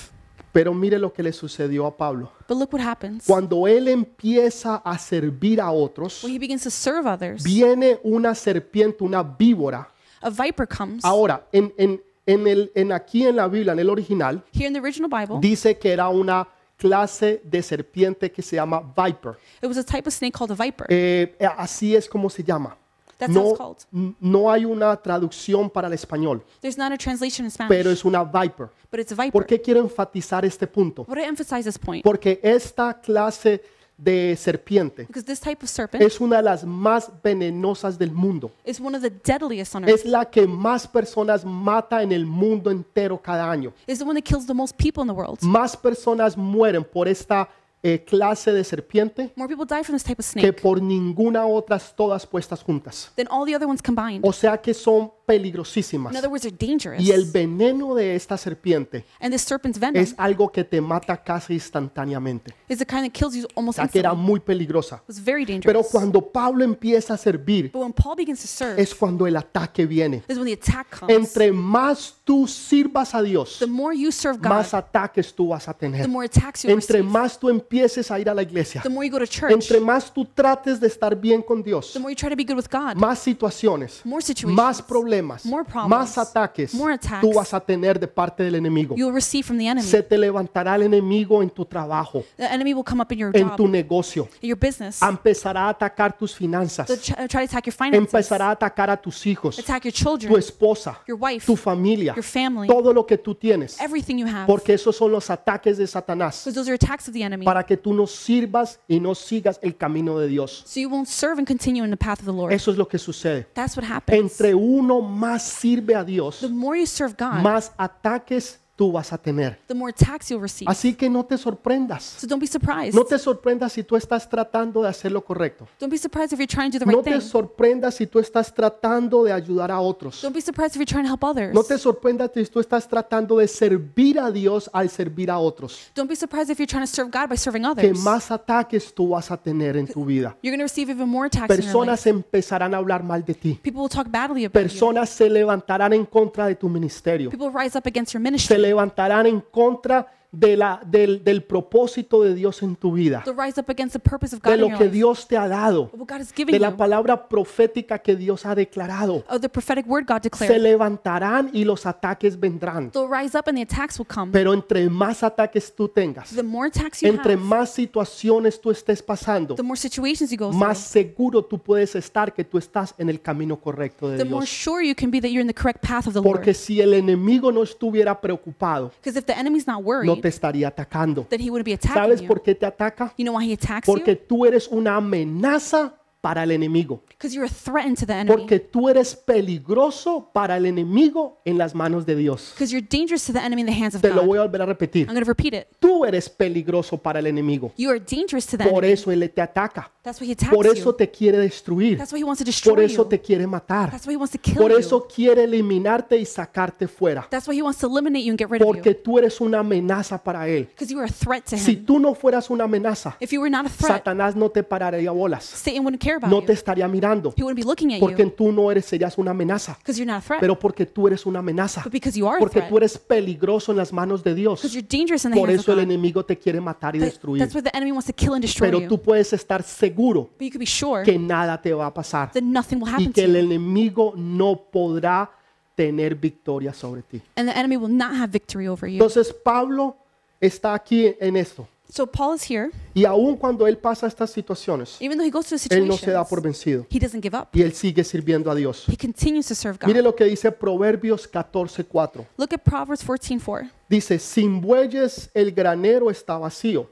Speaker 1: Pero mire lo que le sucedió a Pablo.
Speaker 2: But look what happens.
Speaker 1: Cuando él empieza a servir a otros,
Speaker 2: When he begins to serve others,
Speaker 1: viene una serpiente, una víbora.
Speaker 2: a viper comes.
Speaker 1: Ahora, en, en- en el, en aquí en la Biblia, en el original,
Speaker 2: Here in the original Bible,
Speaker 1: dice que era una clase de serpiente que se llama viper.
Speaker 2: it was a type of snake called a viper.
Speaker 1: Eh, eh, así es como se llama.
Speaker 2: That's how it's
Speaker 1: No,
Speaker 2: called.
Speaker 1: n- no hay una traducción para el español,
Speaker 2: There's not a translation in Spanish,
Speaker 1: pero es una viper.
Speaker 2: but it's a viper.
Speaker 1: ¿Por qué quiero enfatizar este punto?
Speaker 2: What I emphasize this point,
Speaker 1: Porque esta clase de serpiente
Speaker 2: because this type of serpent
Speaker 1: es una de las más venenosas del mundo.
Speaker 2: is one of the deadliest on earth.
Speaker 1: Es la que más personas mata en el mundo entero cada año.
Speaker 2: Is the one that kills the most people in the world.
Speaker 1: Más personas mueren por esta eh, clase de serpiente
Speaker 2: More people die from this type of
Speaker 1: que
Speaker 2: snake
Speaker 1: por ninguna otras todas puestas juntas.
Speaker 2: than all the other ones combined.
Speaker 1: O sea que son
Speaker 2: In
Speaker 1: peligrosísimas.
Speaker 2: other words, they're dangerous.
Speaker 1: Y el veneno de esta serpiente
Speaker 2: And this serpent's venom
Speaker 1: es algo que te mata casi instantáneamente.
Speaker 2: is the kind that kills you
Speaker 1: O
Speaker 2: almost
Speaker 1: sea que era
Speaker 2: instantly.
Speaker 1: muy peligrosa.
Speaker 2: It's very
Speaker 1: Pero
Speaker 2: dangerous.
Speaker 1: cuando Pablo empieza a servir
Speaker 2: But when Paul begins to serve,
Speaker 1: es cuando el ataque viene.
Speaker 2: is when the attack comes.
Speaker 1: Entre más tú sirvas a Dios,
Speaker 2: The more you serve God,
Speaker 1: más ataques tú vas a
Speaker 2: the
Speaker 1: tener.
Speaker 2: more attacks you
Speaker 1: Entre
Speaker 2: receive.
Speaker 1: más tú empieces a ir a la iglesia,
Speaker 2: The more you go to church,
Speaker 1: entre más tú trates de estar bien con Dios,
Speaker 2: the more you try to be good with God,
Speaker 1: más situaciones,
Speaker 2: more situations,
Speaker 1: más problemas,
Speaker 2: More problems.
Speaker 1: más ataques
Speaker 2: More attacks.
Speaker 1: tú vas a tener de parte del enemigo.
Speaker 2: you will receive from the enemy.
Speaker 1: Se te levantará el enemigo en tu trabajo,
Speaker 2: the enemy will come up in your
Speaker 1: en
Speaker 2: job,
Speaker 1: tu negocio.
Speaker 2: in your business,
Speaker 1: Empezará a atacar tus finanzas.
Speaker 2: to ch- uh, try to attack your finances,
Speaker 1: Empezará a atacar a tus hijos,
Speaker 2: attack your
Speaker 1: tu
Speaker 2: children,
Speaker 1: esposa,
Speaker 2: your wife,
Speaker 1: tu familia,
Speaker 2: your family,
Speaker 1: todo lo que tú tienes.
Speaker 2: everything you have.
Speaker 1: Porque esos son los ataques de Satanás
Speaker 2: Because those are attacks of the enemy.
Speaker 1: para que tú no sirvas y no sigas el camino de Dios.
Speaker 2: so you won't serve and continue in the path of the Lord.
Speaker 1: Eso es lo que sucede.
Speaker 2: That's what happens.
Speaker 1: Entre uno más sirve a Dios,
Speaker 2: the more you serve God,
Speaker 1: más ataques tú vas a tener.
Speaker 2: the more attacks you'll receive.
Speaker 1: Así que no te sorprendas.
Speaker 2: so don't be surprised.
Speaker 1: No te sorprendas si tú estás tratando de hacer lo correcto.
Speaker 2: don't be surprised if you're trying to do the right
Speaker 1: No te
Speaker 2: thing.
Speaker 1: sorprendas si tú estás tratando de ayudar a otros.
Speaker 2: Don't be surprised if you're trying to help others.
Speaker 1: No te sorprendas si tú estás tratando de servir a Dios al servir a otros.
Speaker 2: Don't be surprised if you're trying to serve God by serving
Speaker 1: Que
Speaker 2: others.
Speaker 1: más ataques tú vas a tener en tu vida.
Speaker 2: You're going to receive even more attacks in your life.
Speaker 1: Personas empezarán a hablar mal de ti.
Speaker 2: People will talk badly about you.
Speaker 1: Personas se levantarán en contra de tu ministerio.
Speaker 2: People will rise up against your
Speaker 1: Se
Speaker 2: ministry.
Speaker 1: levantarán en contra de la- del, del propósito de Dios en tu vida.
Speaker 2: They'll rise up against the purpose of God
Speaker 1: De
Speaker 2: in
Speaker 1: lo
Speaker 2: your
Speaker 1: que
Speaker 2: life.
Speaker 1: Dios te ha dado.
Speaker 2: Of what God has given
Speaker 1: De la
Speaker 2: you.
Speaker 1: palabra profética que Dios ha declarado.
Speaker 2: Of the prophetic word God
Speaker 1: Se
Speaker 2: declared.
Speaker 1: levantarán y los ataques vendrán.
Speaker 2: They'll rise up and the attacks will come.
Speaker 1: Pero entre más ataques tú tengas,
Speaker 2: The more attacks you
Speaker 1: entre
Speaker 2: have,
Speaker 1: más situaciones tú estés pasando,
Speaker 2: the more situations you go
Speaker 1: más
Speaker 2: through,
Speaker 1: seguro tú puedes estar que tú estás en el camino correcto de
Speaker 2: the more
Speaker 1: Dios.
Speaker 2: sure you can be that you're in the correct path of the Lord.
Speaker 1: Porque si el enemigo no estuviera preocupado,
Speaker 2: Because if the enemy's
Speaker 1: no
Speaker 2: not
Speaker 1: te
Speaker 2: worried,
Speaker 1: estaría atacando.
Speaker 2: then he wouldn't be
Speaker 1: ¿Sabes
Speaker 2: attacking you.
Speaker 1: por qué te ataca?
Speaker 2: You know why he attacks
Speaker 1: Porque
Speaker 2: you?
Speaker 1: tú eres una amenaza para el enemigo.
Speaker 2: Because you're a threat to the enemy.
Speaker 1: Porque tú eres peligroso para el enemigo en las manos de Dios.
Speaker 2: Because you're dangerous to the enemy in the hands of
Speaker 1: Te lo
Speaker 2: God.
Speaker 1: voy a volver a repetir.
Speaker 2: I'm going to repeat it.
Speaker 1: Tú eres peligroso para el enemigo.
Speaker 2: You are dangerous to the
Speaker 1: Por
Speaker 2: enemy.
Speaker 1: eso él te ataca.
Speaker 2: That's why he attacks
Speaker 1: Por eso
Speaker 2: you.
Speaker 1: te quiere destruir.
Speaker 2: That's why he wants to destroy
Speaker 1: Por eso
Speaker 2: you.
Speaker 1: te quiere matar.
Speaker 2: That's why he wants to kill
Speaker 1: Por
Speaker 2: you.
Speaker 1: eso quiere eliminarte y sacarte fuera.
Speaker 2: That's why he wants to eliminate you and get rid of
Speaker 1: Porque
Speaker 2: you.
Speaker 1: tú eres una amenaza para él.
Speaker 2: Because you are a threat to
Speaker 1: Si
Speaker 2: him.
Speaker 1: tú no fueras una amenaza,
Speaker 2: If you were not a threat,
Speaker 1: Satanás no te pararía bolas.
Speaker 2: Satan wouldn't care about
Speaker 1: No te
Speaker 2: you.
Speaker 1: estaría mirando.
Speaker 2: He wouldn't be looking at
Speaker 1: Porque
Speaker 2: you.
Speaker 1: tú no eres, serías una amenaza.
Speaker 2: Because you're not a threat.
Speaker 1: Pero porque tú eres una amenaza.
Speaker 2: But because you are a
Speaker 1: Porque
Speaker 2: threat.
Speaker 1: tú eres peligroso en las manos de
Speaker 2: Because
Speaker 1: Dios.
Speaker 2: you're dangerous in the
Speaker 1: Por
Speaker 2: hands
Speaker 1: eso
Speaker 2: of
Speaker 1: el
Speaker 2: God.
Speaker 1: enemigo te quiere matar y
Speaker 2: That-
Speaker 1: destruir.
Speaker 2: That's where the enemy wants to kill and destroy
Speaker 1: Pero
Speaker 2: you.
Speaker 1: tú puedes estar seguro
Speaker 2: But you can be sure
Speaker 1: que nada te va a pasar.
Speaker 2: that nothing will
Speaker 1: y
Speaker 2: happen
Speaker 1: que
Speaker 2: to
Speaker 1: el
Speaker 2: you.
Speaker 1: enemigo no podrá tener victoria sobre ti.
Speaker 2: And the enemy will not have victory over you.
Speaker 1: Entonces Pablo está aquí en esto.
Speaker 2: So Paul is here.
Speaker 1: Y aun cuando él pasa estas situaciones,
Speaker 2: Even though he goes through
Speaker 1: él no se da por
Speaker 2: situations,
Speaker 1: vencido.
Speaker 2: he doesn't give up.
Speaker 1: Y él sigue sirviendo a Dios.
Speaker 2: He continues to serve
Speaker 1: Mire
Speaker 2: God.
Speaker 1: lo que dice Proverbios 14:4.
Speaker 2: Look at Proverbs 14:4.
Speaker 1: Dice, sin bueyes el granero está vacío,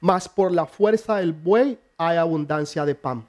Speaker 1: mas por la fuerza del buey hay abundancia de pan.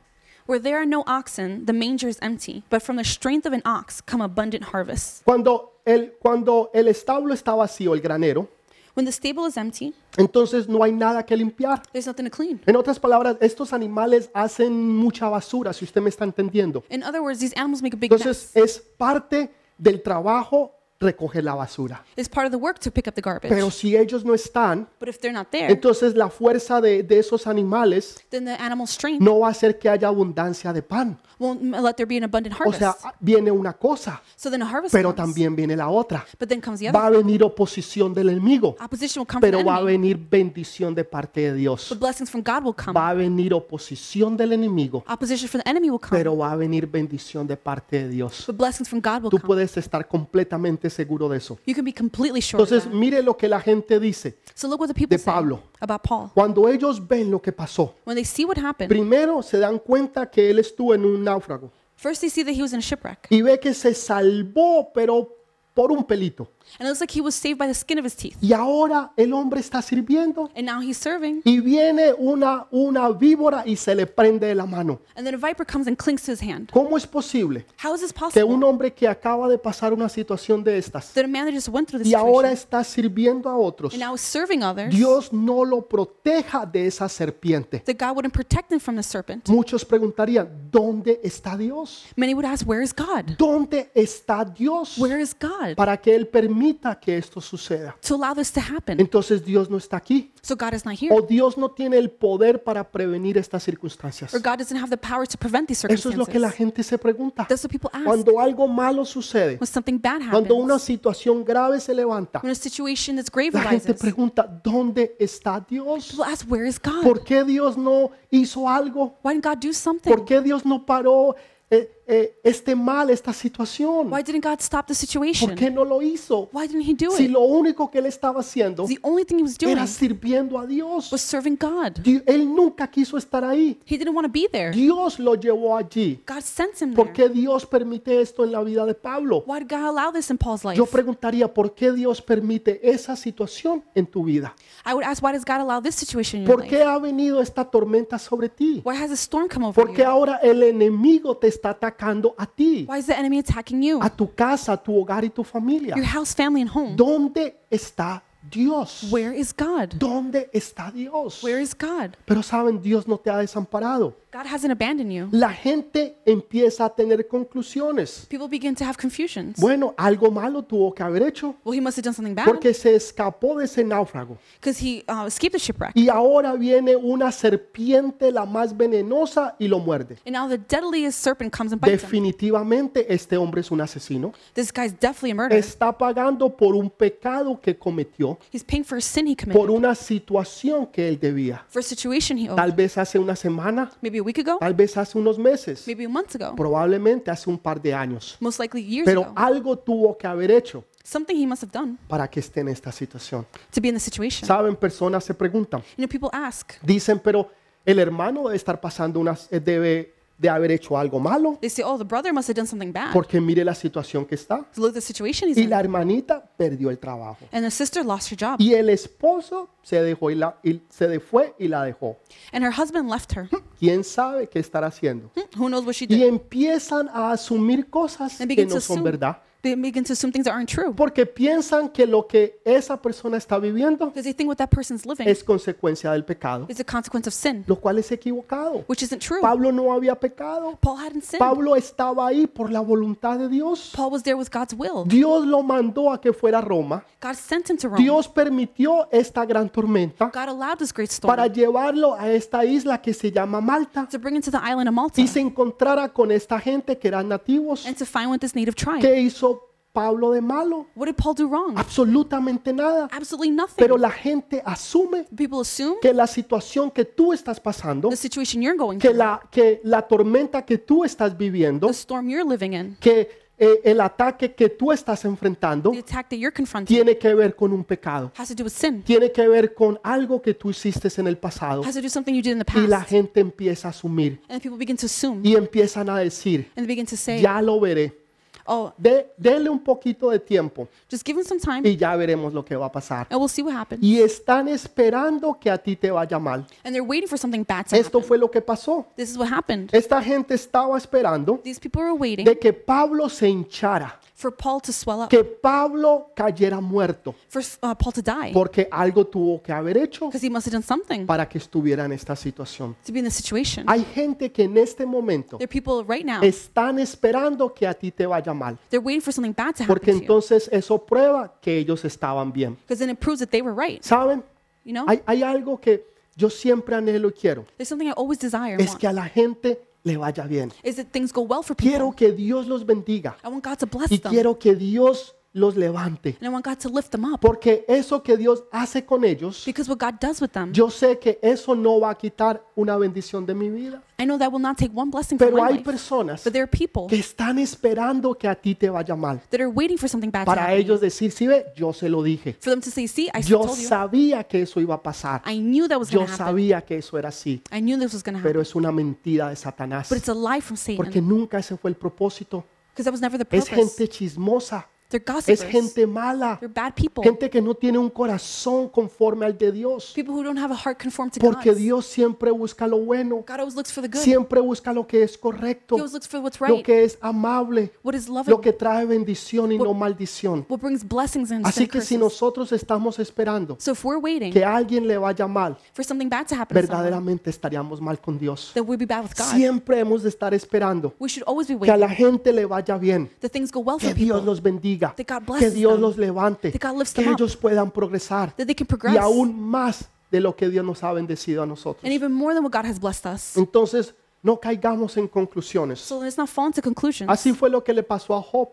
Speaker 2: Where there are no oxen, the manger is empty, but from the strength of an ox come abundant harvests.
Speaker 1: Cuando el, cuando el establo está vacío, el granero,
Speaker 2: When the stable is empty,
Speaker 1: entonces no hay nada que limpiar.
Speaker 2: there's nothing to clean.
Speaker 1: En otras palabras, estos animales hacen mucha basura, si usted me está entendiendo.
Speaker 2: In other words, these animals make a big
Speaker 1: Entonces
Speaker 2: mess.
Speaker 1: es parte del trabajo recoger la basura.
Speaker 2: It's part of the work to pick up the garbage.
Speaker 1: Pero si ellos no están,
Speaker 2: but if they're not there,
Speaker 1: entonces la fuerza de, de esos animales
Speaker 2: then the animal's strength
Speaker 1: no va a hacer que haya abundancia de pan.
Speaker 2: won't m- let there be an abundant
Speaker 1: O
Speaker 2: harvest.
Speaker 1: sea, viene una cosa,
Speaker 2: so then a harvest
Speaker 1: pero
Speaker 2: comes.
Speaker 1: también viene la otra.
Speaker 2: But then comes the other.
Speaker 1: Va a venir oposición del enemigo,
Speaker 2: Opposition will come from the
Speaker 1: pero va a
Speaker 2: enemy.
Speaker 1: venir bendición de parte de Dios.
Speaker 2: But blessings from God will come.
Speaker 1: Va a venir oposición del enemigo,
Speaker 2: Opposition from the enemy will come.
Speaker 1: pero va a venir bendición de parte de Dios.
Speaker 2: But blessings from God will
Speaker 1: Tú
Speaker 2: come.
Speaker 1: puedes estar completamente seguro de eso.
Speaker 2: You can be completely sure. of
Speaker 1: Entonces,
Speaker 2: that.
Speaker 1: mire lo que la gente dice.
Speaker 2: so look what the people
Speaker 1: de
Speaker 2: say
Speaker 1: Pablo.
Speaker 2: about Paul.
Speaker 1: Cuando ellos ven lo que pasó,
Speaker 2: When they see what happened,
Speaker 1: primero se dan cuenta que él estuvo en un náufrago
Speaker 2: first they see that he was in a shipwreck.
Speaker 1: y ve que se salvó, pero por un pelito.
Speaker 2: And it looks like he was saved by the skin of his teeth.
Speaker 1: Y ahora el hombre está sirviendo
Speaker 2: And now he's serving.
Speaker 1: y viene una, una víbora y se le prende de la mano.
Speaker 2: And then a viper comes and clings to his hand.
Speaker 1: ¿Cómo es posible
Speaker 2: How is this
Speaker 1: que
Speaker 2: possible?
Speaker 1: un hombre que acaba de pasar una situación de estas
Speaker 2: That a man that just went through this
Speaker 1: y ahora
Speaker 2: situation
Speaker 1: está sirviendo a otros,
Speaker 2: and now is serving others,
Speaker 1: Dios no lo proteja de esa serpiente?
Speaker 2: that God wouldn't protect him from the serpent.
Speaker 1: Muchos preguntarían, ¿dónde está Dios?
Speaker 2: Many would ask, Where is God?
Speaker 1: ¿Dónde está Dios
Speaker 2: Where is God?
Speaker 1: para que Él permita que esto suceda?
Speaker 2: To allow this to happen.
Speaker 1: Entonces Dios no está aquí.
Speaker 2: So God is not here.
Speaker 1: O Dios no tiene el poder para prevenir estas circunstancias.
Speaker 2: Or God doesn't have the power to prevent these
Speaker 1: Eso es
Speaker 2: circumstances.
Speaker 1: lo que la gente se pregunta.
Speaker 2: That's what people ask.
Speaker 1: Cuando algo malo sucede,
Speaker 2: when something bad happens,
Speaker 1: cuando una situación grave se levanta,
Speaker 2: when a situation that's grave
Speaker 1: la gente
Speaker 2: arises,
Speaker 1: pregunta, ¿dónde está Dios?
Speaker 2: people ask, where is God?
Speaker 1: ¿Por qué Dios no hizo algo?
Speaker 2: Why didn't God do something?
Speaker 1: ¿Por qué Dios no paró eh, eh, este mal, esta situación?
Speaker 2: Why didn't God stop the
Speaker 1: ¿Por
Speaker 2: situation?
Speaker 1: qué no lo hizo?
Speaker 2: Why didn't he do
Speaker 1: Si
Speaker 2: it?
Speaker 1: lo único que él estaba haciendo
Speaker 2: The only thing he was doing
Speaker 1: era sirviendo a Dios.
Speaker 2: was serving God.
Speaker 1: Di- Él nunca quiso estar ahí.
Speaker 2: He didn't want to be there.
Speaker 1: Dios lo llevó allí.
Speaker 2: God sent him
Speaker 1: ¿Por qué
Speaker 2: there.
Speaker 1: Dios permite esto en la vida de Pablo?
Speaker 2: Why did God allow this in Paul's life?
Speaker 1: Yo preguntaría, ¿por qué Dios permite esa situación en tu vida?
Speaker 2: I would ask, why does God allow this situation in your
Speaker 1: ¿Por
Speaker 2: life?
Speaker 1: qué ha venido esta tormenta sobre ti?
Speaker 2: Mm, Why has a storm come over
Speaker 1: ¿Por qué
Speaker 2: you?
Speaker 1: ahora el enemigo te está atacando a ti,
Speaker 2: Why is the enemy attacking you?
Speaker 1: a tu casa, a tu hogar y tu familia?
Speaker 2: Your house, family, and home.
Speaker 1: ¿Dónde está Dios?
Speaker 2: Where is God?
Speaker 1: ¿Dónde está Dios?
Speaker 2: Where is God?
Speaker 1: Pero saben, Dios no te ha desamparado.
Speaker 2: God hasn't abandoned you.
Speaker 1: La gente empieza a tener conclusiones.
Speaker 2: People begin to have confusions.
Speaker 1: Bueno, algo malo tuvo que haber hecho
Speaker 2: Well, he must have done something bad
Speaker 1: porque se escapó de ese náufrago.
Speaker 2: because he uh, escaped the shipwreck.
Speaker 1: Y ahora viene una serpiente, la más venenosa, y lo muerde.
Speaker 2: And now the deadliest serpent comes and bites him.
Speaker 1: Definitivamente este hombre es un asesino.
Speaker 2: This guy's definitely a murderer.
Speaker 1: Está pagando por un pecado que cometió,
Speaker 2: He's paying for a sin he
Speaker 1: por
Speaker 2: committed,
Speaker 1: una situación que él debía.
Speaker 2: for a situation he owed.
Speaker 1: Tal vez hace una semana,
Speaker 2: Maybe a week ago,
Speaker 1: tal vez hace unos meses,
Speaker 2: maybe months ago,
Speaker 1: probablemente hace un par de años.
Speaker 2: most likely years
Speaker 1: Pero
Speaker 2: ago.
Speaker 1: algo tuvo que haber hecho
Speaker 2: Something he must have done
Speaker 1: para que esté en esta situación.
Speaker 2: to be in this situation.
Speaker 1: Saben, personas se preguntan,
Speaker 2: You know, people ask.
Speaker 1: dicen, pero el hermano debe estar pasando unas, eh, debe de haber hecho algo malo,
Speaker 2: They say, oh, the brother must have done something bad.
Speaker 1: porque mire la situación que está.
Speaker 2: Look at the situation he's
Speaker 1: Y
Speaker 2: in.
Speaker 1: la hermanita perdió el trabajo.
Speaker 2: And the sister lost her job.
Speaker 1: Y el esposo se dejó y la y se de- fue y la dejó.
Speaker 2: And her husband left her.
Speaker 1: ¿Quién sabe qué estará haciendo?
Speaker 2: Hmm, Who knows what she
Speaker 1: Y
Speaker 2: did?
Speaker 1: empiezan a asumir cosas
Speaker 2: And
Speaker 1: que
Speaker 2: begin to
Speaker 1: no son
Speaker 2: assume.
Speaker 1: verdad,
Speaker 2: They begin to assume things that aren't true.
Speaker 1: porque piensan que lo que esa persona está viviendo
Speaker 2: Because they think what that person's living
Speaker 1: es consecuencia del pecado,
Speaker 2: is a consequence of sin,
Speaker 1: lo cual es equivocado.
Speaker 2: which isn't true.
Speaker 1: Pablo no había pecado.
Speaker 2: Paul hadn't sinned.
Speaker 1: Pablo estaba ahí por la voluntad de Dios.
Speaker 2: Paul was there with God's will.
Speaker 1: Dios lo mandó a que fuera a Roma.
Speaker 2: God sent him to Rome.
Speaker 1: Dios permitió esta gran tormenta
Speaker 2: God allowed this great storm
Speaker 1: para llevarlo a esta isla que se llama Malta
Speaker 2: to bring him to the island of Malta
Speaker 1: y se encontrara con esta gente que eran nativos.
Speaker 2: and to find with this native tribe.
Speaker 1: ¿Qué hizo Pablo de malo?
Speaker 2: What did Paul do wrong?
Speaker 1: Absolutamente nada.
Speaker 2: Absolutely nothing.
Speaker 1: Pero la gente asume
Speaker 2: People assume
Speaker 1: que la situación que tú estás pasando,
Speaker 2: the situation you're going
Speaker 1: que
Speaker 2: through,
Speaker 1: la, que la tormenta que tú estás viviendo,
Speaker 2: the storm you're living in,
Speaker 1: que eh, el ataque que tú estás enfrentando
Speaker 2: the attack that you're confronting
Speaker 1: tiene que ver con un pecado,
Speaker 2: has to do with sin,
Speaker 1: tiene que ver con algo que tú hiciste en el pasado
Speaker 2: has to do with something you did in the
Speaker 1: y la
Speaker 2: past.
Speaker 1: gente empieza a asumir
Speaker 2: And people begin to assume
Speaker 1: y empiezan a decir,
Speaker 2: and they begin to say,
Speaker 1: ya lo veré,
Speaker 2: oh,
Speaker 1: De, dele un poquito de tiempo
Speaker 2: just give him some time
Speaker 1: y ya veremos lo que va a pasar.
Speaker 2: and we'll see what happens.
Speaker 1: Y están esperando que a ti te vaya mal.
Speaker 2: And they're waiting for something bad to happen.
Speaker 1: Esto fue lo que pasó.
Speaker 2: This is what happened.
Speaker 1: Esta gente estaba esperando
Speaker 2: These people were waiting
Speaker 1: de que Pablo se hinchara,
Speaker 2: for Paul to swell up,
Speaker 1: que Pablo cayera muerto,
Speaker 2: for uh, Paul to die,
Speaker 1: porque algo tuvo que haber hecho
Speaker 2: because he must have done something
Speaker 1: para que estuviera en esta situación.
Speaker 2: to be in this situation.
Speaker 1: Hay gente que en este momento
Speaker 2: There are people right now,
Speaker 1: están esperando que a ti te vaya mal,
Speaker 2: they're waiting for something bad to happen
Speaker 1: porque
Speaker 2: to you,
Speaker 1: entonces eso prueba que ellos estaban bien.
Speaker 2: because then it proves that they were right.
Speaker 1: ¿Saben?
Speaker 2: You know,
Speaker 1: Hay, hay algo que yo siempre anhelo y quiero,
Speaker 2: there's something I always desire and
Speaker 1: es
Speaker 2: want,
Speaker 1: que a la gente le vaya bien.
Speaker 2: is that things go well for
Speaker 1: Quiero
Speaker 2: people.
Speaker 1: que Dios los bendiga
Speaker 2: I want God to bless
Speaker 1: y
Speaker 2: them, and
Speaker 1: quiero que Dios los levante.
Speaker 2: I want God to lift them up,
Speaker 1: Porque eso que Dios hace con ellos,
Speaker 2: because what God does with them,
Speaker 1: yo sé que eso no va a quitar una bendición de mi vida.
Speaker 2: I know that will not take one blessing from
Speaker 1: Pero
Speaker 2: my
Speaker 1: hay
Speaker 2: life.
Speaker 1: personas
Speaker 2: But there are people
Speaker 1: que están esperando que a ti te vaya mal.
Speaker 2: that are waiting for something bad to
Speaker 1: Para
Speaker 2: happen,
Speaker 1: ellos decir, si ve, yo se lo dije.
Speaker 2: for them to say, see, I
Speaker 1: Yo
Speaker 2: told you,
Speaker 1: sabía que eso iba a pasar.
Speaker 2: I knew that was
Speaker 1: Yo
Speaker 2: going to happen,
Speaker 1: sabía que eso era así.
Speaker 2: I knew this was going to happen.
Speaker 1: Pero es una mentira de Satanás.
Speaker 2: But it's a lie from Satan.
Speaker 1: Porque nunca ese fue el propósito.
Speaker 2: Because that was never the
Speaker 1: Es
Speaker 2: purpose.
Speaker 1: gente chismosa.
Speaker 2: They're
Speaker 1: Es
Speaker 2: gossipers.
Speaker 1: gente mala.
Speaker 2: They're bad people.
Speaker 1: Gente que no tiene un corazón conforme al de Dios.
Speaker 2: People who don't have a heart conformed to
Speaker 1: Porque
Speaker 2: God's.
Speaker 1: Dios siempre busca lo bueno.
Speaker 2: God always looks for the good. He
Speaker 1: Siempre busca lo que es correcto,
Speaker 2: always looks for what's
Speaker 1: lo
Speaker 2: right,
Speaker 1: que es amable,
Speaker 2: what is loving,
Speaker 1: lo que trae bendición y no maldición.
Speaker 2: what brings blessings and
Speaker 1: Así
Speaker 2: sin
Speaker 1: que si
Speaker 2: curses.
Speaker 1: nosotros estamos esperando
Speaker 2: So if we're waiting
Speaker 1: que a alguien le vaya mal,
Speaker 2: for something bad to happen to someone,
Speaker 1: verdaderamente estaríamos mal con Dios.
Speaker 2: then we'll be bad with God.
Speaker 1: Siempre hemos de estar esperando
Speaker 2: We should always be
Speaker 1: que a
Speaker 2: waiting
Speaker 1: la gente le vaya bien,
Speaker 2: that things go well
Speaker 1: que
Speaker 2: for
Speaker 1: Dios
Speaker 2: people,
Speaker 1: los bendiga,
Speaker 2: That God
Speaker 1: que
Speaker 2: blesses
Speaker 1: Dios
Speaker 2: them.
Speaker 1: los levante,
Speaker 2: That God lifts
Speaker 1: que
Speaker 2: them up.
Speaker 1: ellos puedan progresar
Speaker 2: that they
Speaker 1: y
Speaker 2: can progress,
Speaker 1: aún más de lo que Dios nos ha bendecido a
Speaker 2: and
Speaker 1: nosotros.
Speaker 2: even more than what God has blessed us.
Speaker 1: Entonces, no caigamos en conclusiones.
Speaker 2: So let's not fall into conclusions.
Speaker 1: Así fue lo que le pasó a Job.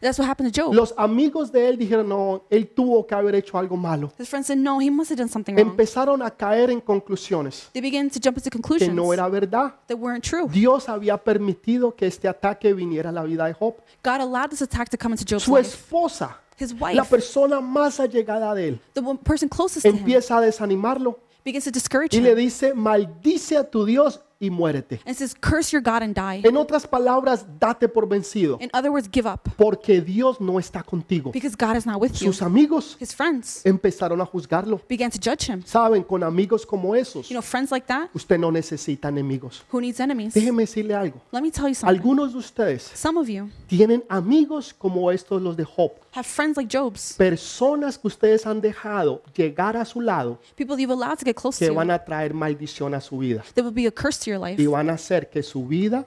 Speaker 2: That's what happened to Job.
Speaker 1: Los amigos de él dijeron, no, él tuvo que haber hecho algo malo.
Speaker 2: His friends said, no, he must have done something wrong.
Speaker 1: Empezaron a caer en conclusiones
Speaker 2: They began to jump into
Speaker 1: que
Speaker 2: conclusions
Speaker 1: no era verdad.
Speaker 2: that weren't true.
Speaker 1: Dios había permitido que este ataque viniera a la vida de Job.
Speaker 2: God allowed this attack to come into Job's
Speaker 1: Su
Speaker 2: life.
Speaker 1: esposa,
Speaker 2: His
Speaker 1: la
Speaker 2: wife,
Speaker 1: persona más allegada de él,
Speaker 2: the one person closest to him,
Speaker 1: empieza a desanimarlo
Speaker 2: begins to discourage
Speaker 1: y le
Speaker 2: him
Speaker 1: dice, maldice a tu Dios y muérete.
Speaker 2: and says, curse your God and die.
Speaker 1: En otras palabras, date por vencido,
Speaker 2: In other words, give up
Speaker 1: porque Dios no está contigo.
Speaker 2: because God is not with you.
Speaker 1: Sus amigos
Speaker 2: His friends
Speaker 1: empezaron a juzgarlo.
Speaker 2: began to judge him.
Speaker 1: Saben, con amigos como esos,
Speaker 2: You know, friends like that,
Speaker 1: usted no necesita enemigos.
Speaker 2: who needs enemies?
Speaker 1: Déjeme decirle algo.
Speaker 2: Let me tell you something.
Speaker 1: Algunos de ustedes
Speaker 2: Some of you
Speaker 1: tienen amigos como estos los de Job.
Speaker 2: have friends like Job's,
Speaker 1: Personas que ustedes han dejado llegar a su lado
Speaker 2: people you've allowed to get close
Speaker 1: que
Speaker 2: to,
Speaker 1: van a traer maldición a su vida
Speaker 2: that will be a curse to your life,
Speaker 1: y van a hacer que su vida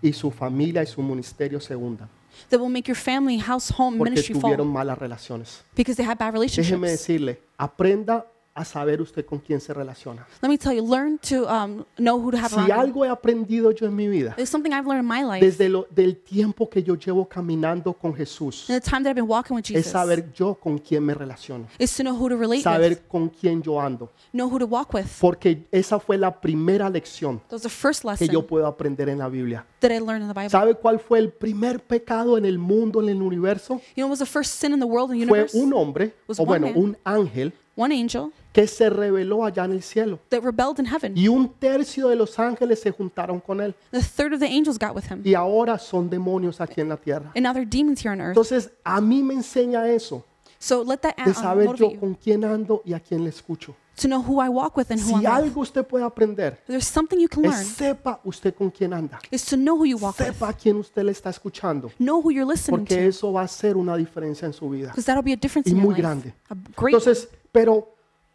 Speaker 1: y su familia y su ministerio se hundan
Speaker 2: that will make your family, house, home,
Speaker 1: porque
Speaker 2: ministry
Speaker 1: tuvieron
Speaker 2: fall
Speaker 1: malas relaciones.
Speaker 2: because they had bad
Speaker 1: Déjeme
Speaker 2: relationships.
Speaker 1: decirle, aprenda a saber usted con quién se relaciona.
Speaker 2: Let me tell you, learn to um, know who to have
Speaker 1: Si
Speaker 2: around. you.
Speaker 1: algo he aprendido yo en mi vida,
Speaker 2: It's something I've learned in my life
Speaker 1: desde lo, del tiempo que yo llevo caminando con Jesús,
Speaker 2: in the time that I've been walking with
Speaker 1: es
Speaker 2: Jesus
Speaker 1: saber yo con quién me relaciono,
Speaker 2: is to know who to relate with,
Speaker 1: saber con quién yo ando,
Speaker 2: know who to walk with.
Speaker 1: porque esa fue la primera lección
Speaker 2: That was the first
Speaker 1: que
Speaker 2: lesson
Speaker 1: yo puedo aprender en la Biblia.
Speaker 2: that I learned in the Bible.
Speaker 1: ¿Sabe cuál fue el primer pecado en el mundo, en el universo?
Speaker 2: You know, what was the first sin in the world and
Speaker 1: Fue
Speaker 2: universe?
Speaker 1: un hombre, o bueno, Pues un ángel,
Speaker 2: One angel
Speaker 1: que se reveló allá en el cielo.
Speaker 2: that rebelled in heaven.
Speaker 1: Y un tercio de los ángeles se juntaron con él.
Speaker 2: The third of the angels got with him.
Speaker 1: Y ahora son demonios aquí en la tierra.
Speaker 2: And now they're demons here on earth.
Speaker 1: Entonces, a mí me enseña eso,
Speaker 2: So let that
Speaker 1: de
Speaker 2: uh,
Speaker 1: saber yo
Speaker 2: motivate you
Speaker 1: con quién ando y a quién le escucho.
Speaker 2: to know who I walk with and who I'm
Speaker 1: Si
Speaker 2: with.
Speaker 1: algo usted puede aprender,
Speaker 2: If There's something you can
Speaker 1: es
Speaker 2: learn
Speaker 1: sepa usted con quién anda.
Speaker 2: is to know who you walk with,
Speaker 1: Sepa a quién usted le está escuchando,
Speaker 2: know who you're listening
Speaker 1: porque
Speaker 2: to,
Speaker 1: eso va a hacer una diferencia en su vida.
Speaker 2: because that'll be a difference
Speaker 1: y
Speaker 2: in
Speaker 1: muy
Speaker 2: your
Speaker 1: grande.
Speaker 2: life. A great,
Speaker 1: Entonces, pero,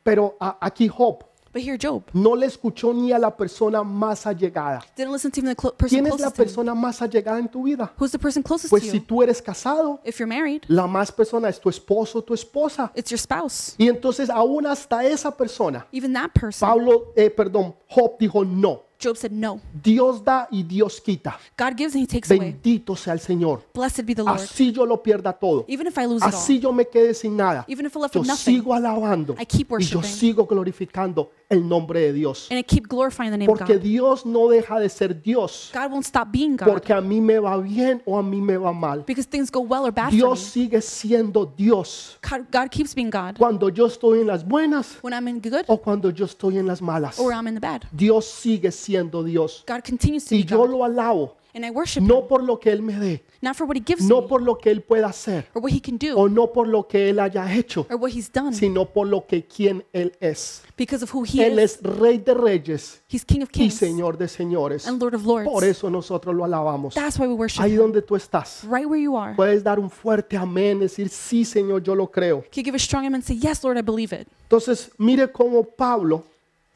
Speaker 1: pero a- aquí Job
Speaker 2: but here Job
Speaker 1: no le escuchó ni a la persona más allegada.
Speaker 2: didn't listen to even the clo- person
Speaker 1: ¿Quién es la
Speaker 2: closest to him.
Speaker 1: persona más allegada en tu vida?
Speaker 2: Who's the person closest
Speaker 1: Pues
Speaker 2: to
Speaker 1: si
Speaker 2: you?
Speaker 1: tú eres casado,
Speaker 2: If you're married,
Speaker 1: la más persona es tu esposo, tu esposa.
Speaker 2: it's your spouse.
Speaker 1: Y entonces aún hasta esa persona,
Speaker 2: Even that person.
Speaker 1: Pablo, eh, perdón, Job dijo no.
Speaker 2: Job said no.
Speaker 1: Dios da y Dios quita.
Speaker 2: God gives and he takes away.
Speaker 1: Bendito sea el Señor.
Speaker 2: Blessed be the Lord.
Speaker 1: Así yo lo pierda todo.
Speaker 2: Even if I lose it all,
Speaker 1: Así yo me quede sin nada.
Speaker 2: even if I left
Speaker 1: Yo
Speaker 2: with nothing,
Speaker 1: sigo alabando
Speaker 2: I keep
Speaker 1: y yo
Speaker 2: worshiping.
Speaker 1: sigo glorificando el nombre de Dios.
Speaker 2: and I keep glorifying the name of
Speaker 1: Porque
Speaker 2: God.
Speaker 1: Dios no deja de ser Dios.
Speaker 2: God won't stop being God
Speaker 1: Porque a mí me va bien o a mí me va mal.
Speaker 2: because things go well or bad for me.
Speaker 1: Dios sigue siendo Dios
Speaker 2: God, God keeps being God
Speaker 1: cuando yo estoy en las buenas
Speaker 2: when I'm in good
Speaker 1: o cuando yo estoy en las malas.
Speaker 2: or I'm in the bad.
Speaker 1: Dios sigue siendo Dios.
Speaker 2: God continues to be
Speaker 1: Y yo
Speaker 2: God.
Speaker 1: lo alabo,
Speaker 2: And I worship
Speaker 1: no
Speaker 2: him,
Speaker 1: por lo que Él me dé,
Speaker 2: not for what he gives
Speaker 1: no
Speaker 2: me
Speaker 1: por lo que Él pueda hacer
Speaker 2: or what he can do
Speaker 1: o no por lo que Él haya hecho,
Speaker 2: or what he's done
Speaker 1: sino por lo que quien Él es.
Speaker 2: because of who he
Speaker 1: Él
Speaker 2: is.
Speaker 1: es Rey de Reyes
Speaker 2: He's King of
Speaker 1: y
Speaker 2: kings and
Speaker 1: Señor de Señores.
Speaker 2: Lord of
Speaker 1: Por
Speaker 2: lords.
Speaker 1: eso nosotros lo alabamos.
Speaker 2: That's why we worship
Speaker 1: Ahí
Speaker 2: him.
Speaker 1: donde tú estás,
Speaker 2: Right where you are.
Speaker 1: puedes dar un fuerte amén, decir, sí Señor, yo lo creo.
Speaker 2: Can you give a strong amen and say, Yes, Lord, I believe it.
Speaker 1: Entonces, mire cómo Pablo,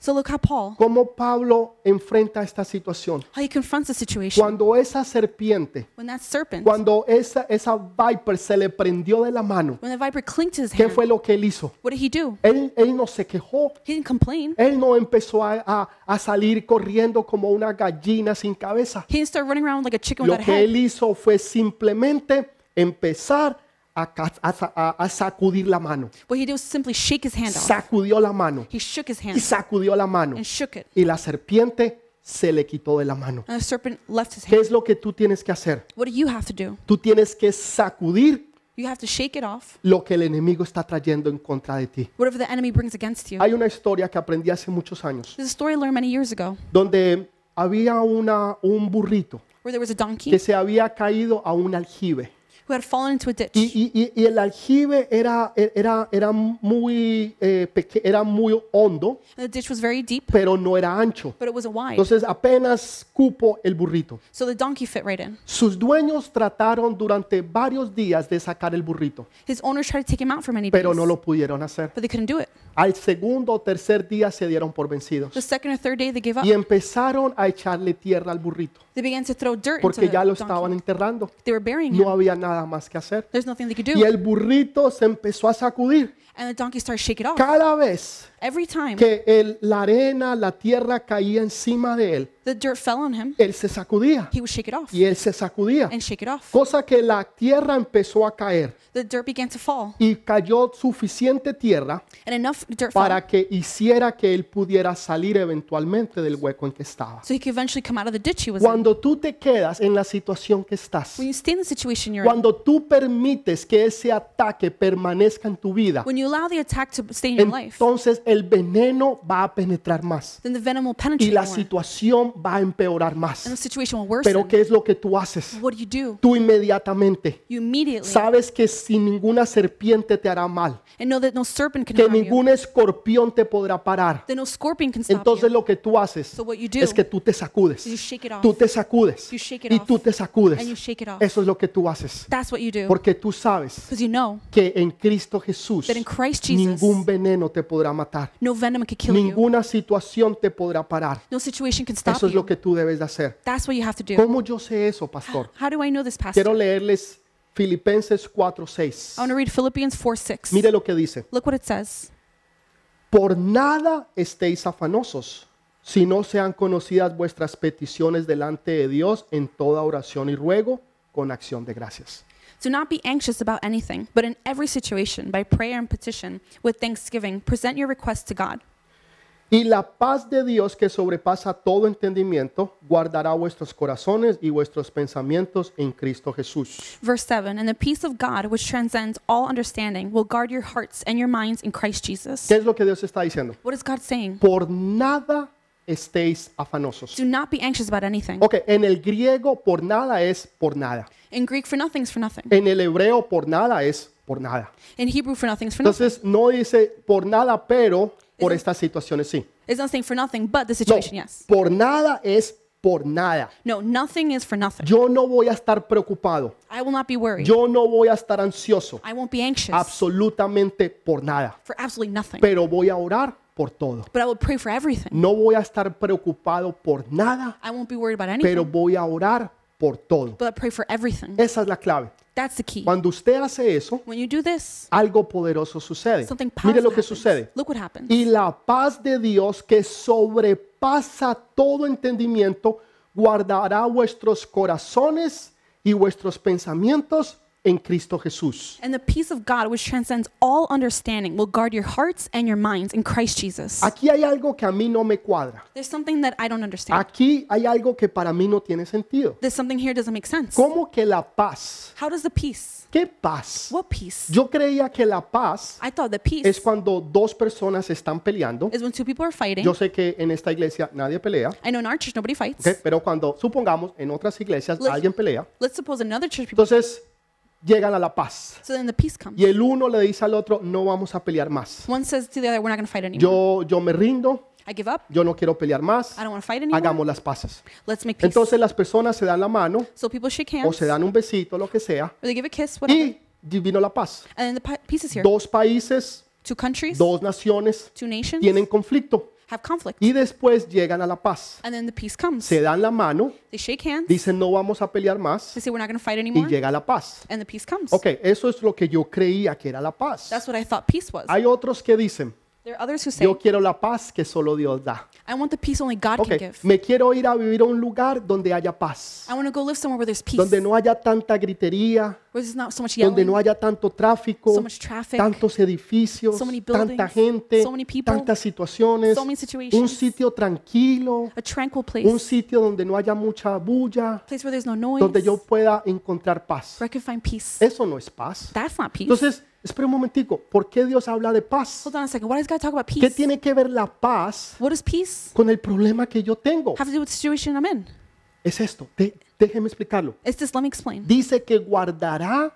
Speaker 2: So look how Paul,
Speaker 1: cómo Pablo enfrenta esta situación.
Speaker 2: how he confronts the situation.
Speaker 1: Cuando esa serpiente,
Speaker 2: When that serpent,
Speaker 1: cuando esa, esa viper se le prendió de la mano,
Speaker 2: when the viper clinged to his
Speaker 1: ¿qué
Speaker 2: hand,
Speaker 1: fue lo que él hizo?
Speaker 2: what did he do?
Speaker 1: Él, él no se quejó,
Speaker 2: He didn't complain.
Speaker 1: él no empezó a, a- a salir corriendo como una gallina sin cabeza.
Speaker 2: He didn't start running around like a chicken
Speaker 1: Lo
Speaker 2: without a
Speaker 1: que él
Speaker 2: head.
Speaker 1: hizo fue simplemente empezar a ca- a sa- a- a sacudir la mano.
Speaker 2: What he did was simply shake his hand off.
Speaker 1: Sacudió la mano
Speaker 2: He shook his
Speaker 1: y
Speaker 2: hand
Speaker 1: sacudió la mano
Speaker 2: and shook it.
Speaker 1: y la serpiente se le quitó de la mano.
Speaker 2: And the serpent left his
Speaker 1: ¿Qué
Speaker 2: hand.
Speaker 1: es lo que tú tienes que hacer?
Speaker 2: What do you have to do?
Speaker 1: Tú tienes que sacudir
Speaker 2: You have to shake it off,
Speaker 1: lo que el enemigo está trayendo en contra de ti.
Speaker 2: whatever the enemy brings against you.
Speaker 1: Hay una historia que aprendí hace muchos años,
Speaker 2: There's a story I learned many years ago
Speaker 1: donde había una, un burrito
Speaker 2: where there was a donkey
Speaker 1: que se había caído a un aljibe.
Speaker 2: who had fallen into a
Speaker 1: Y,
Speaker 2: ditch.
Speaker 1: y- y- y el aljibe era, e-, era, era, muy, eh, peque- era muy hondo,
Speaker 2: And the ditch was very deep,
Speaker 1: pero no era ancho.
Speaker 2: but it wasn't wide.
Speaker 1: Entonces apenas cupo el burrito.
Speaker 2: So the donkey fit right in.
Speaker 1: Sus dueños trataron durante varios días de sacar el burrito,
Speaker 2: His owners tried to take him out for many days,
Speaker 1: pero no
Speaker 2: but
Speaker 1: lo pudieron hacer.
Speaker 2: they couldn't do it.
Speaker 1: Al segundo o tercer día se dieron por vencidos
Speaker 2: The second or third day, they gave up.
Speaker 1: y empezaron a echarle tierra al burrito,
Speaker 2: They began to throw dirt into
Speaker 1: porque
Speaker 2: the
Speaker 1: ya lo
Speaker 2: donkey.
Speaker 1: estaban enterrando.
Speaker 2: They were burying
Speaker 1: No
Speaker 2: him.
Speaker 1: había nada más que hacer.
Speaker 2: There's nothing they could
Speaker 1: Y
Speaker 2: do.
Speaker 1: el burrito se empezó a sacudir.
Speaker 2: And the donkey started to shake it off.
Speaker 1: Cada vez
Speaker 2: Every time
Speaker 1: que el- la arena, la tierra caía encima de él,
Speaker 2: the dirt fell on him,
Speaker 1: él se sacudía
Speaker 2: he would shake it off
Speaker 1: y él se sacudía.
Speaker 2: and shake it off.
Speaker 1: Cosa que la tierra empezó a caer
Speaker 2: The dirt began to fall,
Speaker 1: y cayó suficiente tierra
Speaker 2: and enough dirt fell
Speaker 1: para que hiciera que él pudiera salir eventualmente del hueco en que estaba.
Speaker 2: so he could eventually come out of the ditch he was in.
Speaker 1: Cuando tú te quedas en la situación que estás,
Speaker 2: When you stay in the situation you're in,
Speaker 1: cuando tú permites que ese ataque permanezca en tu vida,
Speaker 2: when you allow the attack to stay in your life,
Speaker 1: entonces el veneno va a penetrar más
Speaker 2: then the venom will
Speaker 1: y
Speaker 2: penetrate more,
Speaker 1: la
Speaker 2: and
Speaker 1: situación va a empeorar
Speaker 2: the Mm.
Speaker 1: más.
Speaker 2: situation will
Speaker 1: Pero
Speaker 2: worsen.
Speaker 1: ¿qué es lo que tú haces?
Speaker 2: What do you do?
Speaker 1: Tú inmediatamente
Speaker 2: You immediately
Speaker 1: sabes que sin ninguna serpiente te hará mal,
Speaker 2: and know that no serpent can
Speaker 1: que
Speaker 2: harm you,
Speaker 1: ningún escorpión te podrá parar.
Speaker 2: that no scorpion can stop
Speaker 1: Entonces
Speaker 2: you.
Speaker 1: lo que tú haces
Speaker 2: So what you do
Speaker 1: es que tú te sacudes,
Speaker 2: is you shake it off,
Speaker 1: tú te sacudes
Speaker 2: You shake it
Speaker 1: y
Speaker 2: off.
Speaker 1: tú te sacudes.
Speaker 2: and you shake it off.
Speaker 1: Eso es lo que tú haces,
Speaker 2: That's what you do,
Speaker 1: porque tú sabes
Speaker 2: because you know
Speaker 1: que en Cristo Jesús
Speaker 2: that in Christ Jesus,
Speaker 1: ningún veneno te podrá matar,
Speaker 2: no venom can kill you,
Speaker 1: ninguna situación te podrá parar.
Speaker 2: no situation can stop
Speaker 1: Eso es lo
Speaker 2: you.
Speaker 1: que tú debes de hacer.
Speaker 2: That's what you have to do.
Speaker 1: ¿Cómo yo sé eso, pastor?
Speaker 2: How do I know this, Ah, Pastor?
Speaker 1: Quiero leerles Filipenses
Speaker 2: I want
Speaker 1: 4:6.
Speaker 2: to read Philippians 4 6.
Speaker 1: Mire lo que dice.
Speaker 2: Look what it says.
Speaker 1: Por nada estéis afanosos, si no sean conocidas vuestras peticiones delante de Dios en toda oración y ruego con acción de gracias.
Speaker 2: Do not be anxious about anything, but in every situation, by prayer and petition, with thanksgiving, present your requests to God.
Speaker 1: Y la paz de Dios que sobrepasa todo entendimiento, guardará vuestros corazones y vuestros pensamientos en Cristo Jesús.
Speaker 2: Verse 7 And the peace of God, which transcends all understanding, will guard your hearts and your minds in Christ Jesus.
Speaker 1: ¿Qué es lo que Dios está diciendo?
Speaker 2: What is God saying?
Speaker 1: Por nada estéis afanosos.
Speaker 2: Do not be anxious about anything.
Speaker 1: Ok, en el griego por nada es por nada.
Speaker 2: In Greek, for nothing is for nothing.
Speaker 1: En el hebreo por nada es por nada.
Speaker 2: In Hebrew, for nothing is for nothing.
Speaker 1: Entonces no dice por nada, pero por estas situaciones sí.
Speaker 2: It's not saying for nothing, but the
Speaker 1: No,
Speaker 2: situation, yes.
Speaker 1: por nada es por nada.
Speaker 2: No, nothing is for nothing.
Speaker 1: Yo no voy a estar preocupado.
Speaker 2: I will not be worried.
Speaker 1: Yo no voy a estar ansioso.
Speaker 2: I won't be anxious
Speaker 1: Absolutamente por nada.
Speaker 2: for absolutely nothing.
Speaker 1: Pero voy a orar por todo.
Speaker 2: But I will pray for everything.
Speaker 1: No voy a estar preocupado por nada,
Speaker 2: I won't be worried about anything.
Speaker 1: pero voy a orar por todo.
Speaker 2: but pray for everything.
Speaker 1: Esa es la clave.
Speaker 2: That's the key.
Speaker 1: Cuando usted hace eso,
Speaker 2: When you do this,
Speaker 1: algo poderoso sucede.
Speaker 2: something
Speaker 1: Mire
Speaker 2: powerful
Speaker 1: lo que
Speaker 2: happens.
Speaker 1: sucede.
Speaker 2: Look what happens.
Speaker 1: Y la paz de Dios que sobrepasa todo entendimiento, guardará vuestros corazones y vuestros pensamientos en Cristo Jesús.
Speaker 2: And the peace of God, which transcends all understanding, will guard your hearts and your minds in Christ Jesus.
Speaker 1: Aquí hay algo que a mí no me cuadra.
Speaker 2: There's something that I don't understand.
Speaker 1: Aquí hay algo que para mí no tiene sentido.
Speaker 2: There's something here doesn't make sense.
Speaker 1: ¿Cómo que la paz?
Speaker 2: How does the peace?
Speaker 1: ¿Qué paz?
Speaker 2: What peace?
Speaker 1: Yo creía que la paz
Speaker 2: I thought the peace
Speaker 1: es cuando dos personas están peleando.
Speaker 2: is when two people are fighting.
Speaker 1: Yo sé que en esta iglesia nadie pelea,
Speaker 2: I know in our church nobody fights.
Speaker 1: ¿ok? pero cuando supongamos en otras iglesias
Speaker 2: Let's-
Speaker 1: alguien pelea,
Speaker 2: Let's suppose another church people.
Speaker 1: entonces llegan a la paz
Speaker 2: So then the peace comes.
Speaker 1: y el uno le dice al otro, no vamos a pelear más.
Speaker 2: One says to the other, "We're not going to fight anymore.
Speaker 1: Yo, yo me rindo,
Speaker 2: I give up.
Speaker 1: yo no quiero pelear más,
Speaker 2: I don't want to fight anymore.
Speaker 1: hagamos las paces.
Speaker 2: Let's make peace."
Speaker 1: Entonces las personas se dan la mano
Speaker 2: so people shake
Speaker 1: o
Speaker 2: hands,
Speaker 1: se dan un besito, lo que sea,
Speaker 2: or they give a kiss, whatever.
Speaker 1: y vino la paz.
Speaker 2: And then the pi- peace is here.
Speaker 1: Dos países,
Speaker 2: Two countries,
Speaker 1: dos naciones
Speaker 2: two nations
Speaker 1: tienen conflicto
Speaker 2: have conflict.
Speaker 1: y después llegan a la paz.
Speaker 2: And then the peace comes.
Speaker 1: Se dan la mano,
Speaker 2: They shake hands.
Speaker 1: dicen no vamos a pelear más
Speaker 2: They say, we're not going to fight
Speaker 1: y
Speaker 2: anymore.
Speaker 1: llega la paz.
Speaker 2: And the peace comes.
Speaker 1: Ok, eso es lo que yo creía que era la paz.
Speaker 2: That's what I thought peace was.
Speaker 1: Hay otros que dicen,
Speaker 2: there are others who say,
Speaker 1: yo quiero la paz que solo Dios da.
Speaker 2: I want the peace only God
Speaker 1: Ok,
Speaker 2: can give.
Speaker 1: me quiero ir a vivir a un lugar donde haya paz,
Speaker 2: I want to go live somewhere where there's peace,
Speaker 1: donde
Speaker 2: where
Speaker 1: no haya tanta gritería,
Speaker 2: there's not so much
Speaker 1: donde
Speaker 2: yelling,
Speaker 1: no haya tanto tráfico,
Speaker 2: so much traffic,
Speaker 1: tantos edificios,
Speaker 2: so many buildings,
Speaker 1: tanta gente,
Speaker 2: so many people,
Speaker 1: tantas situaciones,
Speaker 2: so many
Speaker 1: un
Speaker 2: situations,
Speaker 1: sitio tranquilo,
Speaker 2: a tranquil place,
Speaker 1: un sitio donde no haya mucha bulla,
Speaker 2: place where there's no noise,
Speaker 1: donde yo pueda encontrar paz.
Speaker 2: where I can find peace.
Speaker 1: Eso no es paz.
Speaker 2: That's not peace.
Speaker 1: Entonces, espera un momentico, ¿por qué Dios habla de paz?
Speaker 2: Hold on a second. Why does God talk about
Speaker 1: ¿Qué
Speaker 2: peace?
Speaker 1: tiene que ver la paz
Speaker 2: What does peace
Speaker 1: con el problema que yo tengo?
Speaker 2: have to do with the situation I'm in?
Speaker 1: Es esto, de- déjeme explicarlo.
Speaker 2: It's this, let me explain.
Speaker 1: Dice que guardará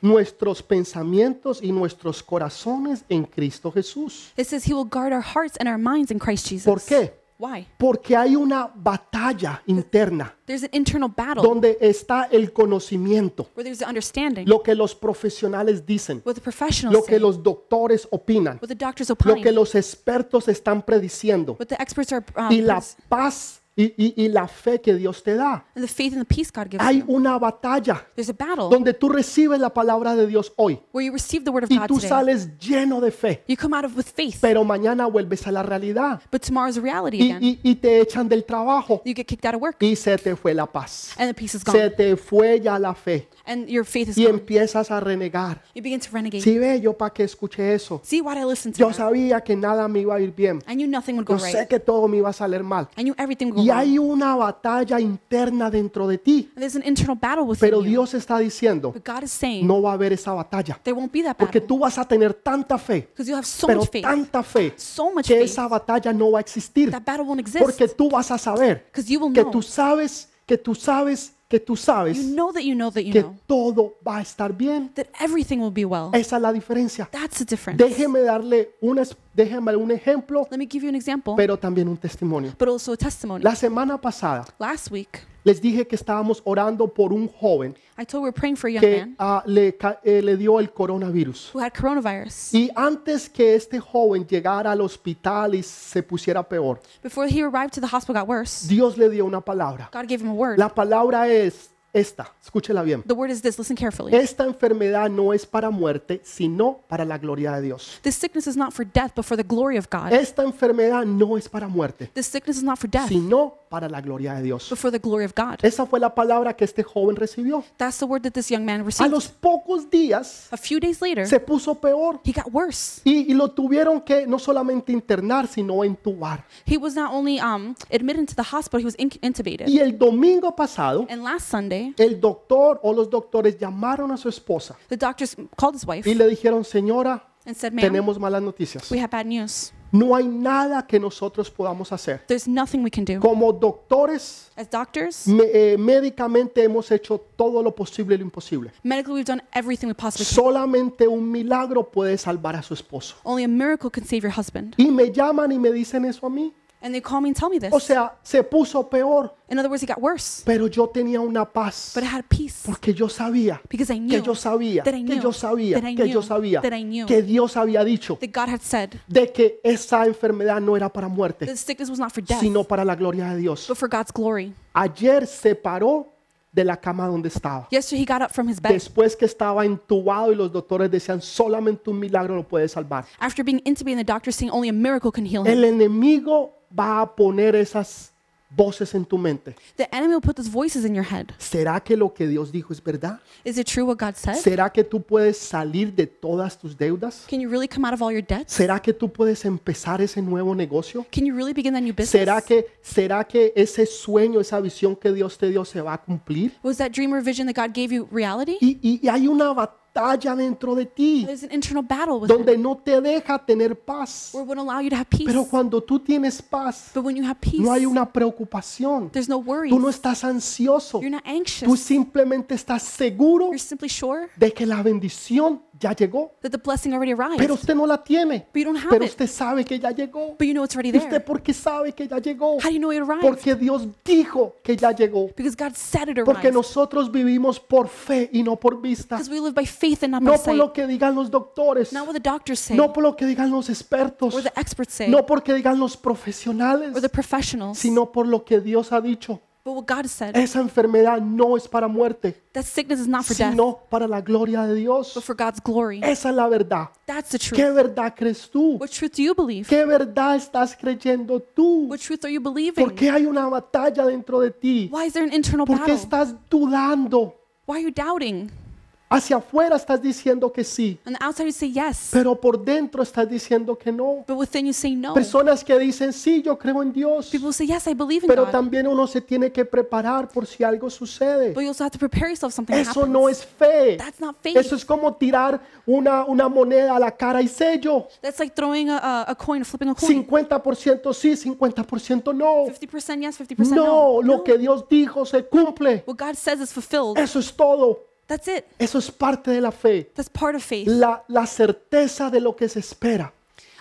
Speaker 1: nuestros pensamientos y nuestros corazones en Cristo Jesús.
Speaker 2: It says he will guard our hearts and our minds in Christ Jesus.
Speaker 1: ¿Por qué?
Speaker 2: Why?
Speaker 1: Porque hay una batalla interna
Speaker 2: There's an internal battle
Speaker 1: donde está el conocimiento,
Speaker 2: where there's the understanding,
Speaker 1: lo que los profesionales dicen,
Speaker 2: what the professionals
Speaker 1: lo que
Speaker 2: say,
Speaker 1: los doctores opinan,
Speaker 2: Pues what the doctors
Speaker 1: lo
Speaker 2: opine, Pues
Speaker 1: que los expertos están prediciendo.
Speaker 2: what the experts are um,
Speaker 1: Y la
Speaker 2: pres-
Speaker 1: paz y, y- y la fe que Dios te da.
Speaker 2: and the faith and the peace God gives
Speaker 1: Hay
Speaker 2: you.
Speaker 1: una batalla
Speaker 2: There's a battle
Speaker 1: donde tú recibes la palabra de Dios hoy
Speaker 2: where you receive the word of
Speaker 1: y
Speaker 2: God
Speaker 1: tú
Speaker 2: today.
Speaker 1: sales lleno de fe,
Speaker 2: You come out of with faith,
Speaker 1: pero mañana vuelves a la realidad
Speaker 2: but tomorrow's a reality
Speaker 1: y,
Speaker 2: again.
Speaker 1: y- y te echan del trabajo
Speaker 2: You get kicked out of work,
Speaker 1: y se te fue la paz,
Speaker 2: and the peace is
Speaker 1: se
Speaker 2: gone,
Speaker 1: te fue ya la fe
Speaker 2: and your faith is
Speaker 1: y
Speaker 2: gone.
Speaker 1: empiezas a renegar.
Speaker 2: You begin to renegade.
Speaker 1: Si ve, yo para qué escuché eso.
Speaker 2: See why I listened to
Speaker 1: Yo
Speaker 2: that.
Speaker 1: sabía que nada me iba a ir bien.
Speaker 2: I knew nothing would go
Speaker 1: Yo sé
Speaker 2: right.
Speaker 1: que todo me iba a salir mal.
Speaker 2: I knew everything would
Speaker 1: Y
Speaker 2: go wrong.
Speaker 1: hay una batalla interna dentro de ti.
Speaker 2: And There's an internal battle within
Speaker 1: Pero
Speaker 2: you.
Speaker 1: Dios está diciendo,
Speaker 2: But God is saying
Speaker 1: no va a haber esa batalla.
Speaker 2: there won't be that
Speaker 1: Porque
Speaker 2: battle
Speaker 1: tú vas a tener tanta fe,
Speaker 2: because you have so
Speaker 1: pero
Speaker 2: much faith,
Speaker 1: tanta fe,
Speaker 2: so much
Speaker 1: que
Speaker 2: faith.
Speaker 1: esa batalla no va a existir.
Speaker 2: That battle won't exist
Speaker 1: Porque tú vas a saber
Speaker 2: because you will
Speaker 1: que
Speaker 2: know.
Speaker 1: tú sabes, que tú sabes, que tú sabes
Speaker 2: You know that you know that you
Speaker 1: que Eh,
Speaker 2: know
Speaker 1: todo va a estar bien.
Speaker 2: that everything will be well.
Speaker 1: Esa es la diferencia.
Speaker 2: That's the difference.
Speaker 1: Déjeme darle un, es- déjeme un ejemplo,
Speaker 2: Let me give you an example,
Speaker 1: pero también un testimonio.
Speaker 2: but also a testimony.
Speaker 1: La semana pasada
Speaker 2: Last week,
Speaker 1: les dije que estábamos orando por un joven
Speaker 2: I told we were praying for a young
Speaker 1: que
Speaker 2: man
Speaker 1: ah, le, ca- eh, le dio el coronavirus.
Speaker 2: who had coronavirus.
Speaker 1: Y antes que este joven llegara al hospital y se pusiera peor,
Speaker 2: Before he arrived to the hospital, got worse.
Speaker 1: Dios le dio una palabra.
Speaker 2: God gave him a word.
Speaker 1: La palabra es esta, escúchela bien.
Speaker 2: The word is this listen carefully.
Speaker 1: Esta enfermedad no es para muerte, sino para la gloria de Dios.
Speaker 2: This sickness is not for death, but for the glory of God.
Speaker 1: Esta enfermedad no es para muerte,
Speaker 2: This sickness is not for death,
Speaker 1: sino para la gloria de Dios.
Speaker 2: but for the glory of God.
Speaker 1: Esa fue la palabra que este joven recibió.
Speaker 2: That's the word that this young man
Speaker 1: A
Speaker 2: received.
Speaker 1: los pocos días
Speaker 2: A few days later,
Speaker 1: se puso peor
Speaker 2: he got worse.
Speaker 1: y, y lo tuvieron que no solamente internar, sino entubar.
Speaker 2: He was not only um, admitted to the hospital, he was in- intubated.
Speaker 1: Y el domingo pasado,
Speaker 2: And last Sunday,
Speaker 1: el doctor o los doctores llamaron a su esposa
Speaker 2: the doctors called his wife
Speaker 1: y le dijeron, señora,
Speaker 2: and said, Ma'am,
Speaker 1: tenemos malas noticias.
Speaker 2: we have bad news.
Speaker 1: No hay nada que nosotros podamos hacer.
Speaker 2: There's nothing we can do.
Speaker 1: Como doctores,
Speaker 2: As doctors,
Speaker 1: me- eh, médicamente hemos hecho todo lo posible y lo imposible.
Speaker 2: medically, we've done everything we possibly can.
Speaker 1: Solamente un milagro puede salvar a su esposo.
Speaker 2: Only a miracle can save your husband.
Speaker 1: Y me llaman y me dicen eso a mí.
Speaker 2: And they call me and tell me
Speaker 1: O
Speaker 2: this.
Speaker 1: sea, se puso peor,
Speaker 2: In other words, he got worse.
Speaker 1: pero yo tenía una paz.
Speaker 2: But I had peace
Speaker 1: Porque yo sabía,
Speaker 2: because I
Speaker 1: que
Speaker 2: knew
Speaker 1: yo sabía,
Speaker 2: that I
Speaker 1: que
Speaker 2: knew,
Speaker 1: yo sabía,
Speaker 2: that I
Speaker 1: que yo
Speaker 2: knew,
Speaker 1: sabía,
Speaker 2: that I knew.
Speaker 1: que Dios había dicho
Speaker 2: that God had said
Speaker 1: de que esa enfermedad no era para
Speaker 2: that
Speaker 1: muerte,
Speaker 2: the sickness was not for death,
Speaker 1: sino para la gloria de Dios.
Speaker 2: but for God's glory.
Speaker 1: Ayer se paró de la cama donde estaba.
Speaker 2: Yesterday, he got up from his bed.
Speaker 1: Después que estaba entubado y los doctores decían solamente un milagro lo puede salvar.
Speaker 2: After being intubated, and the doctor saying only a miracle can heal him.
Speaker 1: El enemigo va a poner esas voces en tu mente.
Speaker 2: The enemy will put those voices in your head.
Speaker 1: ¿Será que lo que Dios dijo es verdad?
Speaker 2: Is it true what God said?
Speaker 1: ¿Será que tú puedes salir de todas tus deudas?
Speaker 2: Can you really come out of all your debts?
Speaker 1: ¿Será que tú puedes empezar ese nuevo negocio?
Speaker 2: Can you really begin that new business?
Speaker 1: ¿Será que, ¿Será que ese sueño, esa visión que Dios te dio se va a cumplir?
Speaker 2: Was that dream or vision that God gave you reality?
Speaker 1: Y, y- y hay una batalla dentro de ti
Speaker 2: There's an internal battle with it
Speaker 1: donde no te deja tener paz.
Speaker 2: where it won't allow you to have peace.
Speaker 1: Pero cuando tú tienes paz,
Speaker 2: But when you have peace,
Speaker 1: no hay una preocupación.
Speaker 2: there's no worries.
Speaker 1: Tú no estás ansioso.
Speaker 2: You're not anxious.
Speaker 1: Tú simplemente estás seguro
Speaker 2: You're simply sure
Speaker 1: de que la bendición ya llegó.
Speaker 2: that the blessing already arrived.
Speaker 1: Pero usted no la tiene.
Speaker 2: But you don't have
Speaker 1: Pero
Speaker 2: it.
Speaker 1: usted sabe que ya llegó.
Speaker 2: But you know it's already
Speaker 1: ¿Y usted
Speaker 2: there.
Speaker 1: por qué sabe que ya llegó?
Speaker 2: How do you know it arrived?
Speaker 1: Porque Dios dijo que ya llegó.
Speaker 2: Because God said it
Speaker 1: Porque
Speaker 2: arrived.
Speaker 1: nosotros vivimos por fe y no por vista.
Speaker 2: Because we live by faith and not
Speaker 1: No
Speaker 2: by
Speaker 1: por
Speaker 2: sight.
Speaker 1: lo que digan los doctores.
Speaker 2: Not what the doctors say
Speaker 1: No por lo que digan los expertos.
Speaker 2: or the experts say
Speaker 1: No porque digan los
Speaker 2: or
Speaker 1: profesionales.
Speaker 2: the professionals.
Speaker 1: Sino por lo que Dios ha dicho.
Speaker 2: But what God said,
Speaker 1: Esa enfermedad no es para muerte,
Speaker 2: that sickness is not for death,
Speaker 1: Pues sino para la gloria de
Speaker 2: but
Speaker 1: Dios.
Speaker 2: for God's glory.
Speaker 1: Esa es la verdad.
Speaker 2: That's the truth.
Speaker 1: ¿Qué verdad crees tú?
Speaker 2: What truth do you believe?
Speaker 1: ¿Qué verdad estás creyendo tú?
Speaker 2: What truth are you
Speaker 1: ¿Por
Speaker 2: believing?
Speaker 1: qué hay una batalla dentro de ti?
Speaker 2: Why is there an internal
Speaker 1: ¿Por qué
Speaker 2: battle?
Speaker 1: estás dudando?
Speaker 2: Why are you doubting?
Speaker 1: Hacia afuera estás diciendo que sí,
Speaker 2: On the outside, you say yes,
Speaker 1: pero por dentro estás diciendo que no.
Speaker 2: but within you say no. Pues
Speaker 1: Personas que dicen, sí, yo creo en Dios,
Speaker 2: People say, Yes, I believe in
Speaker 1: pero
Speaker 2: God.
Speaker 1: también uno se tiene que preparar por si algo sucede.
Speaker 2: But you also have to prepare yourself if something
Speaker 1: Eso no
Speaker 2: happens.
Speaker 1: es fe.
Speaker 2: Pues That's not
Speaker 1: Eso
Speaker 2: faith.
Speaker 1: es como tirar una, una moneda a la cara y sello.
Speaker 2: That's like throwing a, a, a coin, flipping a coin.
Speaker 1: 50% sí, 50% no.
Speaker 2: 50% yes, 50%
Speaker 1: No,
Speaker 2: no.
Speaker 1: lo Eh. que Dios dijo se cumple.
Speaker 2: What God says is fulfilled.
Speaker 1: Eso es todo.
Speaker 2: That's it.
Speaker 1: Eso es parte de la fe.
Speaker 2: That's part of faith.
Speaker 1: La, la certeza de lo que se espera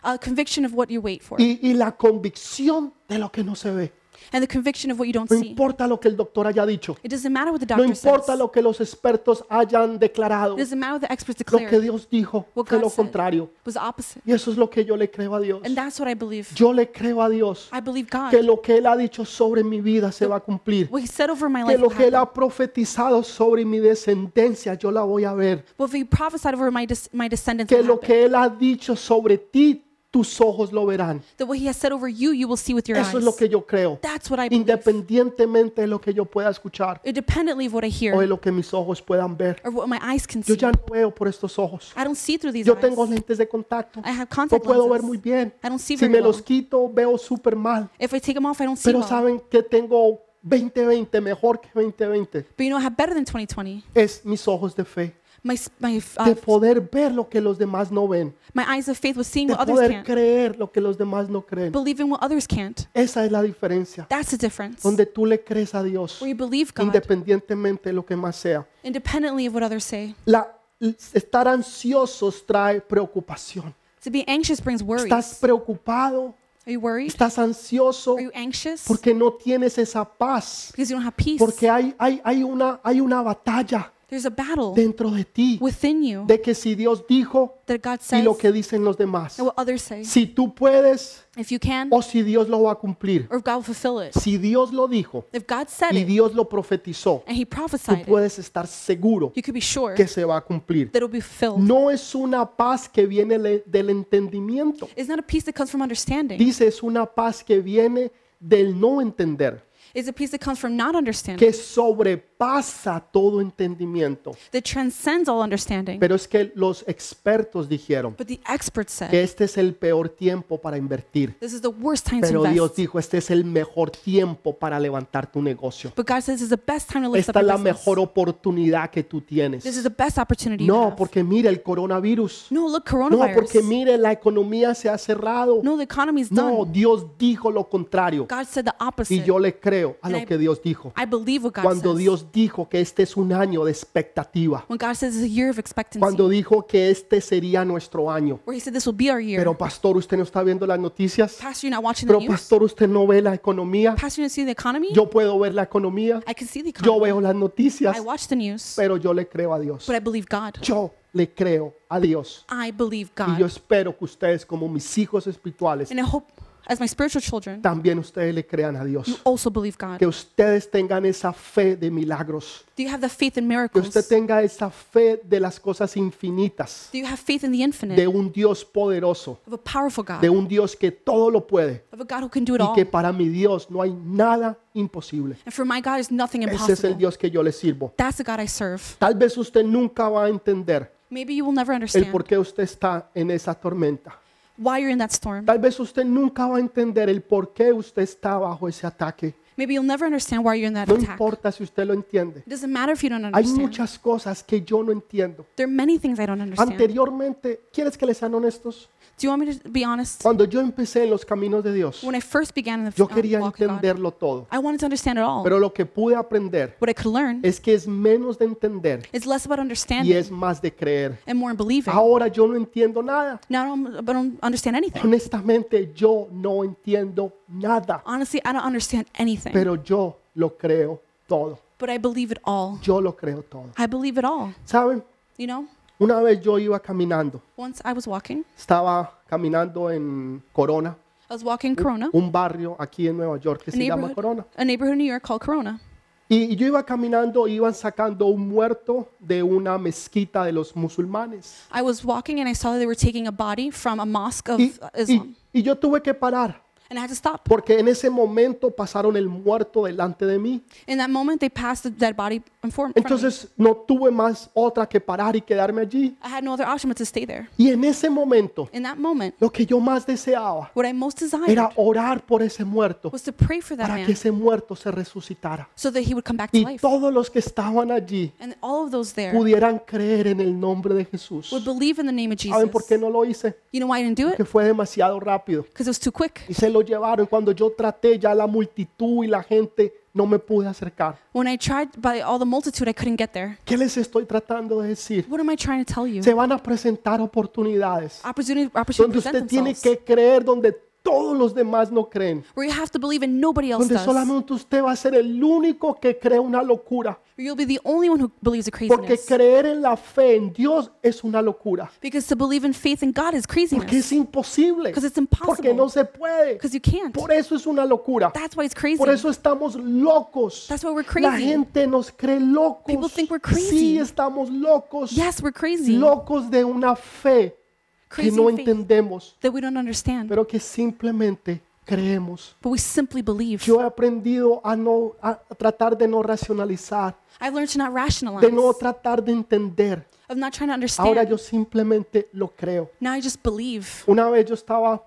Speaker 2: A conviction of what you wait for.
Speaker 1: y, y la convicción de lo que no se ve.
Speaker 2: and the conviction of what you don't
Speaker 1: No
Speaker 2: see.
Speaker 1: importa lo que el doctor haya dicho.
Speaker 2: It doesn't matter what the
Speaker 1: No
Speaker 2: doctor says.
Speaker 1: importa lo que los expertos hayan declarado.
Speaker 2: It doesn't matter what the experts
Speaker 1: Lo que
Speaker 2: declare.
Speaker 1: Dios dijo
Speaker 2: What
Speaker 1: fue
Speaker 2: God
Speaker 1: lo
Speaker 2: said.
Speaker 1: contrario.
Speaker 2: It was the opposite.
Speaker 1: Y eso es lo que yo le creo a Dios.
Speaker 2: And that's what I believe.
Speaker 1: Yo le creo a Dios
Speaker 2: I believe God.
Speaker 1: que lo que Él ha dicho sobre mi vida se va a cumplir.
Speaker 2: What he said over my
Speaker 1: Que
Speaker 2: life
Speaker 1: lo
Speaker 2: will
Speaker 1: que Él
Speaker 2: happen.
Speaker 1: ha profetizado sobre mi descendencia, yo la voy a ver.
Speaker 2: What he prophesied over my, des- my descendants
Speaker 1: Que
Speaker 2: will
Speaker 1: lo
Speaker 2: happen.
Speaker 1: que Él ha dicho sobre ti, tus ojos lo verán.
Speaker 2: That what he has said over you, you will see with your
Speaker 1: Eso es
Speaker 2: eyes.
Speaker 1: lo que yo creo.
Speaker 2: That's what I believe.
Speaker 1: Independientemente de lo que yo pueda escuchar
Speaker 2: Independently of what I
Speaker 1: o de
Speaker 2: hear
Speaker 1: lo que mis ojos puedan ver.
Speaker 2: or what my eyes can
Speaker 1: Yo
Speaker 2: see.
Speaker 1: ya no veo por estos ojos.
Speaker 2: I don't see through these
Speaker 1: Yo tengo
Speaker 2: eyes.
Speaker 1: lentes de contacto.
Speaker 2: I have
Speaker 1: No
Speaker 2: contact
Speaker 1: puedo ver muy
Speaker 2: lenses.
Speaker 1: bien.
Speaker 2: I don't see
Speaker 1: Si
Speaker 2: very
Speaker 1: me
Speaker 2: well.
Speaker 1: los quito, veo súper mal.
Speaker 2: If I take them off, I don't see
Speaker 1: Pero
Speaker 2: well.
Speaker 1: saben que tengo 20-20, mejor que 20-20.
Speaker 2: But you know, I have better than 2020.
Speaker 1: Es mis ojos de fe.
Speaker 2: My, s- my, uh,
Speaker 1: De poder ver lo que los demás no ven.
Speaker 2: my eyes of faith was seeing
Speaker 1: De
Speaker 2: what others
Speaker 1: poder
Speaker 2: can't,
Speaker 1: creer lo que los demás no creen.
Speaker 2: believing what others can't.
Speaker 1: Esa es la diferencia.
Speaker 2: That's the difference.
Speaker 1: Donde tú le crees a Dios,
Speaker 2: Where you believe God
Speaker 1: independientemente de lo que más sea.
Speaker 2: independently of what others say.
Speaker 1: La, estar ansiosos trae preocupación.
Speaker 2: To be anxious brings worry. Are
Speaker 1: Estás preocupado,
Speaker 2: you worried?
Speaker 1: estás ansioso
Speaker 2: Are you anxious?
Speaker 1: porque no tienes esa paz.
Speaker 2: Because you don't have peace.
Speaker 1: Porque hay, hay, hay, una, hay una batalla
Speaker 2: There's a battle
Speaker 1: dentro de ti
Speaker 2: within you
Speaker 1: de que si Dios dijo
Speaker 2: that God
Speaker 1: y
Speaker 2: says
Speaker 1: lo que dicen los demás.
Speaker 2: and what others say.
Speaker 1: Si tú puedes
Speaker 2: If you can,
Speaker 1: o si Dios lo va a cumplir.
Speaker 2: or if God will fulfill it.
Speaker 1: Si Dios lo dijo
Speaker 2: If God said
Speaker 1: y
Speaker 2: it
Speaker 1: Dios lo profetizó,
Speaker 2: and He
Speaker 1: tú
Speaker 2: prophesied it,
Speaker 1: puedes estar seguro
Speaker 2: you could be sure
Speaker 1: que
Speaker 2: that
Speaker 1: se va a cumplir.
Speaker 2: it'll be fulfilled.
Speaker 1: No es una paz que viene le- del entendimiento.
Speaker 2: It's not a peace that comes from understanding.
Speaker 1: Dice, es una paz que viene del no entender,
Speaker 2: It's a peace that comes from not understanding.
Speaker 1: que sobrepasa todo entendimiento.
Speaker 2: That transcends all understanding.
Speaker 1: Pero es que los expertos dijeron
Speaker 2: But the experts
Speaker 1: que
Speaker 2: said
Speaker 1: este es el peor tiempo para invertir.
Speaker 2: this is the worst time to
Speaker 1: Pero Dios
Speaker 2: invest.
Speaker 1: dijo, este es el mejor tiempo para levantar tu negocio.
Speaker 2: But God says this is the best time to lift up
Speaker 1: Esta es
Speaker 2: your
Speaker 1: la
Speaker 2: business.
Speaker 1: mejor oportunidad que tú
Speaker 2: This
Speaker 1: tienes.
Speaker 2: is the best opportunity you
Speaker 1: No,
Speaker 2: have.
Speaker 1: porque mire el coronavirus.
Speaker 2: No, look,
Speaker 1: No, porque
Speaker 2: coronavirus.
Speaker 1: mire la economía se ha cerrado.
Speaker 2: No, the economy's
Speaker 1: No,
Speaker 2: done.
Speaker 1: Dios dijo lo contrario.
Speaker 2: God said the
Speaker 1: Y
Speaker 2: opposite.
Speaker 1: yo le creo a
Speaker 2: And
Speaker 1: lo
Speaker 2: I-
Speaker 1: que Dios dijo.
Speaker 2: I believe what God
Speaker 1: Cuando
Speaker 2: says.
Speaker 1: Dios dijo que este es un año de expectativa.
Speaker 2: When God says it's a year of expectancy.
Speaker 1: Cuando dijo que este sería nuestro año.
Speaker 2: Where he said this will be our year.
Speaker 1: Pero pastor, usted no está viendo las noticias.
Speaker 2: Pastor, you're not watching the
Speaker 1: Pero
Speaker 2: news.
Speaker 1: pastor, usted no ve la economía.
Speaker 2: Pastor, you don't see the economy.
Speaker 1: Yo puedo ver la economía.
Speaker 2: I can see the
Speaker 1: Yo
Speaker 2: economy.
Speaker 1: veo las noticias.
Speaker 2: I watch the news,
Speaker 1: Pero yo le creo a Dios.
Speaker 2: but I believe God.
Speaker 1: Yo le creo a Dios.
Speaker 2: I believe
Speaker 1: Y yo
Speaker 2: God,
Speaker 1: espero que ustedes, como mis hijos espirituales,
Speaker 2: and I hope, as my spiritual children,
Speaker 1: también ustedes le crean a Dios.
Speaker 2: also believe God.
Speaker 1: Que ustedes tengan esa fe de milagros.
Speaker 2: Do you have the faith in
Speaker 1: Que
Speaker 2: miracles?
Speaker 1: usted tenga esa fe de las cosas infinitas.
Speaker 2: Do you have faith in the
Speaker 1: De
Speaker 2: infinite
Speaker 1: un Dios poderoso.
Speaker 2: of a powerful God,
Speaker 1: De un Dios que todo lo puede.
Speaker 2: of a God who can do it
Speaker 1: Y
Speaker 2: all?
Speaker 1: que para mi Dios no hay nada imposible.
Speaker 2: And for my God, is nothing
Speaker 1: Ese es el
Speaker 2: impossible.
Speaker 1: Dios que yo le sirvo.
Speaker 2: That's the God I serve.
Speaker 1: Tal vez usted nunca va a entender
Speaker 2: Maybe you will never
Speaker 1: el
Speaker 2: understand
Speaker 1: por qué usted está en esa tormenta.
Speaker 2: why you're in that storm.
Speaker 1: Tal vez usted nunca va a entender el por qué usted está bajo ese ataque.
Speaker 2: Maybe you'll never understand why you're in that
Speaker 1: No
Speaker 2: attack. It
Speaker 1: importa si usted lo entiende.
Speaker 2: doesn't matter if you don't
Speaker 1: Hay
Speaker 2: understand.
Speaker 1: muchas cosas que yo no entiendo.
Speaker 2: There are many things I don't understand. Do
Speaker 1: Anteriormente, ¿quieres que les sean honestos?
Speaker 2: you want me to be honest?
Speaker 1: Cuando yo empecé en los caminos de Dios,
Speaker 2: When I first began in the
Speaker 1: yo
Speaker 2: um,
Speaker 1: quería
Speaker 2: walk of God,
Speaker 1: entenderlo todo.
Speaker 2: I wanted to understand it all.
Speaker 1: Pero lo que pude aprender
Speaker 2: What I could learn
Speaker 1: es que es menos de entender
Speaker 2: It's less about
Speaker 1: y
Speaker 2: understanding
Speaker 1: es más de creer.
Speaker 2: and more in believing.
Speaker 1: Ahora yo no entiendo nada.
Speaker 2: Now I don't, I don't understand anything.
Speaker 1: Honestamente, yo no entiendo nada.
Speaker 2: Honestly, I don't understand anything,
Speaker 1: Pero yo lo creo todo.
Speaker 2: but I believe it all.
Speaker 1: Yo lo creo todo.
Speaker 2: I believe it all.
Speaker 1: ¿Saben?
Speaker 2: You know,
Speaker 1: Una vez yo iba caminando.
Speaker 2: once I was walking,
Speaker 1: Estaba caminando en Corona.
Speaker 2: I was walking Corona,
Speaker 1: un barrio aquí en Nueva York que
Speaker 2: a
Speaker 1: se llama
Speaker 2: neighborhood,
Speaker 1: Corona.
Speaker 2: a neighborhood in New York called Corona.
Speaker 1: Y y yo iba caminando, iban sacando un muerto de una mezquita de los musulmanes.
Speaker 2: I was walking and I saw that they were taking a body from a mosque of
Speaker 1: Y,
Speaker 2: uh,
Speaker 1: y-
Speaker 2: Islam,
Speaker 1: y yo tuve que parar,
Speaker 2: and I had to stop.
Speaker 1: porque en ese momento pasaron el muerto delante de mí.
Speaker 2: In that moment, they passed the dead body in form. front of me.
Speaker 1: Entonces no tuve más otra que parar y quedarme allí.
Speaker 2: I had no other option but to stay there.
Speaker 1: Y en ese momento,
Speaker 2: In that moment,
Speaker 1: lo que yo más deseaba
Speaker 2: what I most desired
Speaker 1: era orar por ese muerto,
Speaker 2: was to pray for that
Speaker 1: para que
Speaker 2: man
Speaker 1: ese muerto se resucitara.
Speaker 2: so that he would come back to
Speaker 1: Y
Speaker 2: life,
Speaker 1: todos los que estaban allí
Speaker 2: and all of those there
Speaker 1: pudieran creer en el nombre de Jesús.
Speaker 2: would believe in the name of
Speaker 1: ¿Saben por
Speaker 2: Jesus.
Speaker 1: qué no lo hice?
Speaker 2: You know why I didn't do
Speaker 1: que
Speaker 2: it?
Speaker 1: fue demasiado rápido
Speaker 2: Because it was too quick.
Speaker 1: y se lo llevaron cuando yo traté ya la multitud y la gente no me pude acercar.
Speaker 2: When I tried by all the multitude, I couldn't get there.
Speaker 1: ¿Qué les estoy tratando de decir?
Speaker 2: What am I trying to tell you?
Speaker 1: Se van a presentar oportunidades
Speaker 2: Opportunity, opportunity
Speaker 1: donde
Speaker 2: present
Speaker 1: usted tiene
Speaker 2: themselves.
Speaker 1: que creer donde todos los demás no creen,
Speaker 2: where you have to believe and nobody else
Speaker 1: donde
Speaker 2: does, where
Speaker 1: solamente usted va a ser el único que cree una locura.
Speaker 2: you'll be the only one who believes a
Speaker 1: Porque
Speaker 2: craziness.
Speaker 1: creer en la fe en Dios es una locura.
Speaker 2: Because to believe in faith in God is
Speaker 1: Porque
Speaker 2: craziness.
Speaker 1: es imposible.
Speaker 2: Because it's
Speaker 1: Porque no
Speaker 2: impossible.
Speaker 1: se puede.
Speaker 2: Because you can't.
Speaker 1: Por eso es una locura.
Speaker 2: That's why it's crazy.
Speaker 1: Por eso estamos locos.
Speaker 2: That's why we're crazy.
Speaker 1: La gente nos cree locos.
Speaker 2: People think we're
Speaker 1: Sí,
Speaker 2: crazy.
Speaker 1: estamos locos.
Speaker 2: Yes, we're crazy.
Speaker 1: Locos de una fe que
Speaker 2: Crazy
Speaker 1: no
Speaker 2: faith
Speaker 1: entendemos,
Speaker 2: that we don't understand.
Speaker 1: pero que simplemente creemos.
Speaker 2: But we simply believe.
Speaker 1: Yo he aprendido a no a tratar de no racionalizar,
Speaker 2: I've learned to not rationalize,
Speaker 1: de no tratar de entender.
Speaker 2: of not trying to understand.
Speaker 1: Ahora yo simplemente lo creo.
Speaker 2: now I just believe.
Speaker 1: Una vez yo estaba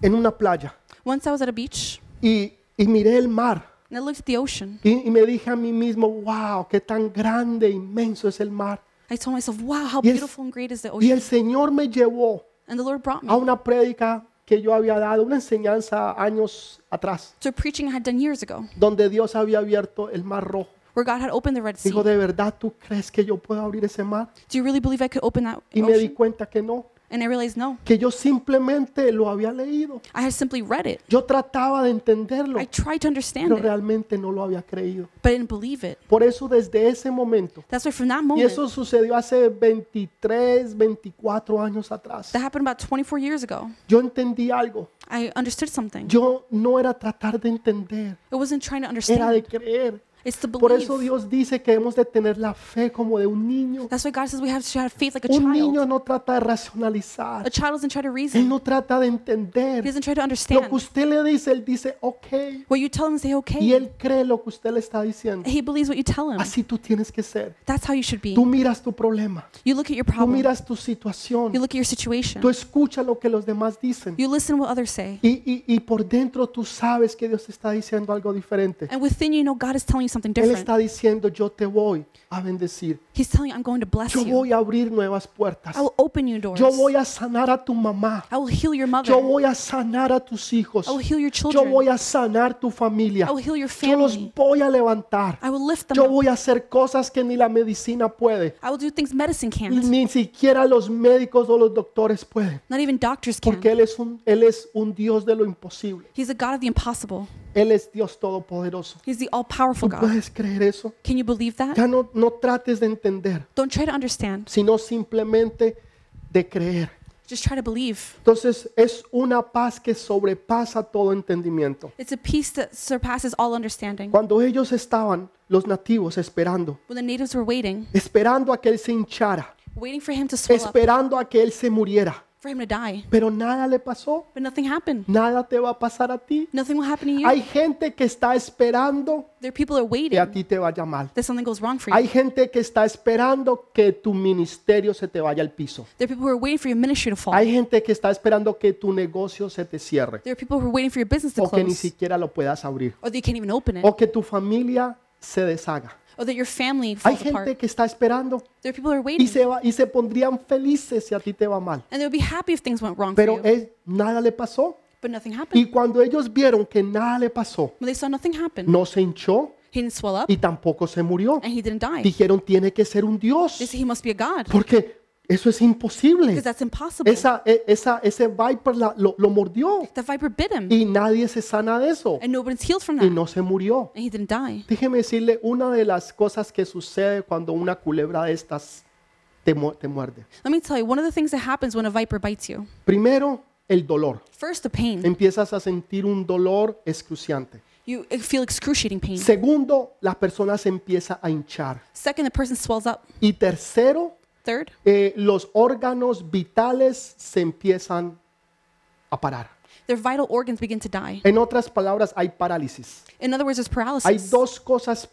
Speaker 1: en una playa
Speaker 2: Once I was at a beach
Speaker 1: y, y miré el mar
Speaker 2: and I looked at the ocean.
Speaker 1: y, y me dije a mí mismo, wow, qué tan grande, inmenso es el mar.
Speaker 2: I told myself, wow, how
Speaker 1: Y el-
Speaker 2: beautiful and great is the
Speaker 1: Y
Speaker 2: ocean.
Speaker 1: el Señor me llevó
Speaker 2: and the Lord brought me
Speaker 1: a una prédica que yo había dado, una enseñanza años atrás,
Speaker 2: to preaching I had done years ago,
Speaker 1: donde Dios había abierto el mar rojo.
Speaker 2: where God had opened the Red Sea.
Speaker 1: Dijo, ¿de verdad tú crees que yo puedo abrir ese mar?
Speaker 2: Do you really believe I could open that
Speaker 1: Y me di
Speaker 2: ocean?
Speaker 1: cuenta que no,
Speaker 2: And I realized, no.
Speaker 1: que yo simplemente lo había leído.
Speaker 2: I had simply read it.
Speaker 1: Yo trataba de entenderlo,
Speaker 2: I tried to understand
Speaker 1: pero
Speaker 2: it,
Speaker 1: realmente no lo había creído.
Speaker 2: but I didn't believe it.
Speaker 1: Por eso desde ese momento,
Speaker 2: That's why from that
Speaker 1: y
Speaker 2: moment,
Speaker 1: eso sucedió hace 23, 24 años atrás,
Speaker 2: that happened about 24 years ago,
Speaker 1: yo entendí algo.
Speaker 2: I understood something.
Speaker 1: Yo no era tratar de entender,
Speaker 2: It wasn't trying to
Speaker 1: era
Speaker 2: understand.
Speaker 1: de creer.
Speaker 2: It's to
Speaker 1: Por eso
Speaker 2: believe.
Speaker 1: Dios dice que hemos de tener la fe como de un niño.
Speaker 2: That's why God says we have to have faith like a
Speaker 1: Un
Speaker 2: child.
Speaker 1: niño no trata de
Speaker 2: A
Speaker 1: racionalizar.
Speaker 2: child doesn't try to reason.
Speaker 1: Él no trata de
Speaker 2: He
Speaker 1: entender.
Speaker 2: doesn't try to
Speaker 1: Lo que
Speaker 2: understand.
Speaker 1: usted le dice, él dice, ok.
Speaker 2: What you tell him, say
Speaker 1: Y
Speaker 2: okay.
Speaker 1: él cree lo que usted le está diciendo.
Speaker 2: He believes what you tell him.
Speaker 1: Así tú tienes que ser.
Speaker 2: That's how you should be.
Speaker 1: Tú miras tu problema.
Speaker 2: You look at your
Speaker 1: Tú
Speaker 2: problem.
Speaker 1: miras tu situación.
Speaker 2: You look at your
Speaker 1: Tú
Speaker 2: situation.
Speaker 1: escuchas lo que los demás dicen.
Speaker 2: You listen what others say.
Speaker 1: Y, y- y por dentro tú sabes que Dios te está diciendo algo diferente.
Speaker 2: And within you, you know God is telling you something
Speaker 1: Él
Speaker 2: different.
Speaker 1: está diciendo, yo te voy a bendecir.
Speaker 2: He's telling you, I'm going to bless
Speaker 1: Yo
Speaker 2: you.
Speaker 1: voy a abrir nuevas puertas.
Speaker 2: I will open you doors.
Speaker 1: Yo voy a sanar a tu mamá.
Speaker 2: I will heal your mother.
Speaker 1: Yo voy a sanar a tus hijos.
Speaker 2: I will heal your
Speaker 1: Yo voy
Speaker 2: children.
Speaker 1: a sanar tu familia.
Speaker 2: I will heal your
Speaker 1: Yo los
Speaker 2: family.
Speaker 1: voy a levantar.
Speaker 2: I will lift them
Speaker 1: Yo
Speaker 2: up.
Speaker 1: voy a hacer cosas que ni la medicina puede.
Speaker 2: I will do things medicine can't.
Speaker 1: Ni siquiera los médicos o los doctores pueden.
Speaker 2: Not even doctors can.
Speaker 1: Porque Él es un, él es un Dios de lo imposible.
Speaker 2: He's a God of the impossible.
Speaker 1: Él es Dios todopoderoso.
Speaker 2: He's the all-powerful God.
Speaker 1: ¿Puedes creer eso?
Speaker 2: Can you believe that?
Speaker 1: Ya no, no trates de entender,
Speaker 2: Don't try to understand.
Speaker 1: sino simplemente de creer.
Speaker 2: Just try to believe.
Speaker 1: Entonces es una paz que sobrepasa todo entendimiento.
Speaker 2: It's a peace that surpasses all understanding.
Speaker 1: Cuando ellos estaban, los nativos, esperando,
Speaker 2: When the natives were waiting,
Speaker 1: esperando a que él se hinchara,
Speaker 2: waiting for him to swell up,
Speaker 1: esperando a que él se muriera,
Speaker 2: for him to die,
Speaker 1: pero nada le pasó,
Speaker 2: but nothing happened.
Speaker 1: nada te va a pasar a ti.
Speaker 2: Nothing will happen to you.
Speaker 1: Hay gente que está esperando
Speaker 2: There are people that are
Speaker 1: que a
Speaker 2: waiting
Speaker 1: ti te vaya mal.
Speaker 2: that something goes wrong for you.
Speaker 1: Hay gente que está esperando que tu ministerio se te vaya al piso.
Speaker 2: There are people who are waiting for your ministry to fall.
Speaker 1: Hay gente que está esperando que tu negocio se te cierre
Speaker 2: There are people who are waiting for your business to
Speaker 1: o que ni
Speaker 2: close,
Speaker 1: siquiera lo puedas abrir
Speaker 2: or that you can't even open it,
Speaker 1: o que tu familia se deshaga.
Speaker 2: or that your family
Speaker 1: Hay
Speaker 2: falls
Speaker 1: gente
Speaker 2: apart.
Speaker 1: que está esperando
Speaker 2: There are people who are
Speaker 1: y
Speaker 2: waiting,
Speaker 1: se va- y se pondrían felices si a ti te va mal.
Speaker 2: and they would be happy if things went wrong for
Speaker 1: Pero eh,
Speaker 2: you,
Speaker 1: él, nada le pasó.
Speaker 2: but nothing happened.
Speaker 1: Y cuando ellos vieron que nada le pasó,
Speaker 2: When they saw nothing happen,
Speaker 1: no se hinchó
Speaker 2: he didn't swell up,
Speaker 1: y tampoco se murió.
Speaker 2: and he didn't die.
Speaker 1: Dijeron, tiene que ser un
Speaker 2: They
Speaker 1: Dios,
Speaker 2: said he must be a god,
Speaker 1: porque eso es imposible.
Speaker 2: because that's impossible.
Speaker 1: Esa, e- esa, ese viper la- lo, lo mordió
Speaker 2: The viper bit him,
Speaker 1: y nadie se sana de eso
Speaker 2: and nobody's healed from
Speaker 1: y
Speaker 2: that,
Speaker 1: no se murió.
Speaker 2: and he didn't die.
Speaker 1: Déjeme decirle una de las cosas que sucede cuando una culebra de estas te, mu- te muerde.
Speaker 2: Let me tell you, one of the things that happens when a viper bites you
Speaker 1: Primero, el dolor.
Speaker 2: first, the pain.
Speaker 1: Empiezas a sentir un dolor excruciante.
Speaker 2: You feel excruciating pain.
Speaker 1: Segundo, la persona se empieza a hinchar.
Speaker 2: Second, the person swells up.
Speaker 1: Y tercero,
Speaker 2: Third,
Speaker 1: eh, los órganos vitales se empiezan a parar.
Speaker 2: their vital organs begin to die.
Speaker 1: En otras palabras, hay parálisis.
Speaker 2: In other words, there's
Speaker 1: Hay
Speaker 2: paralysis.
Speaker 1: dos cosas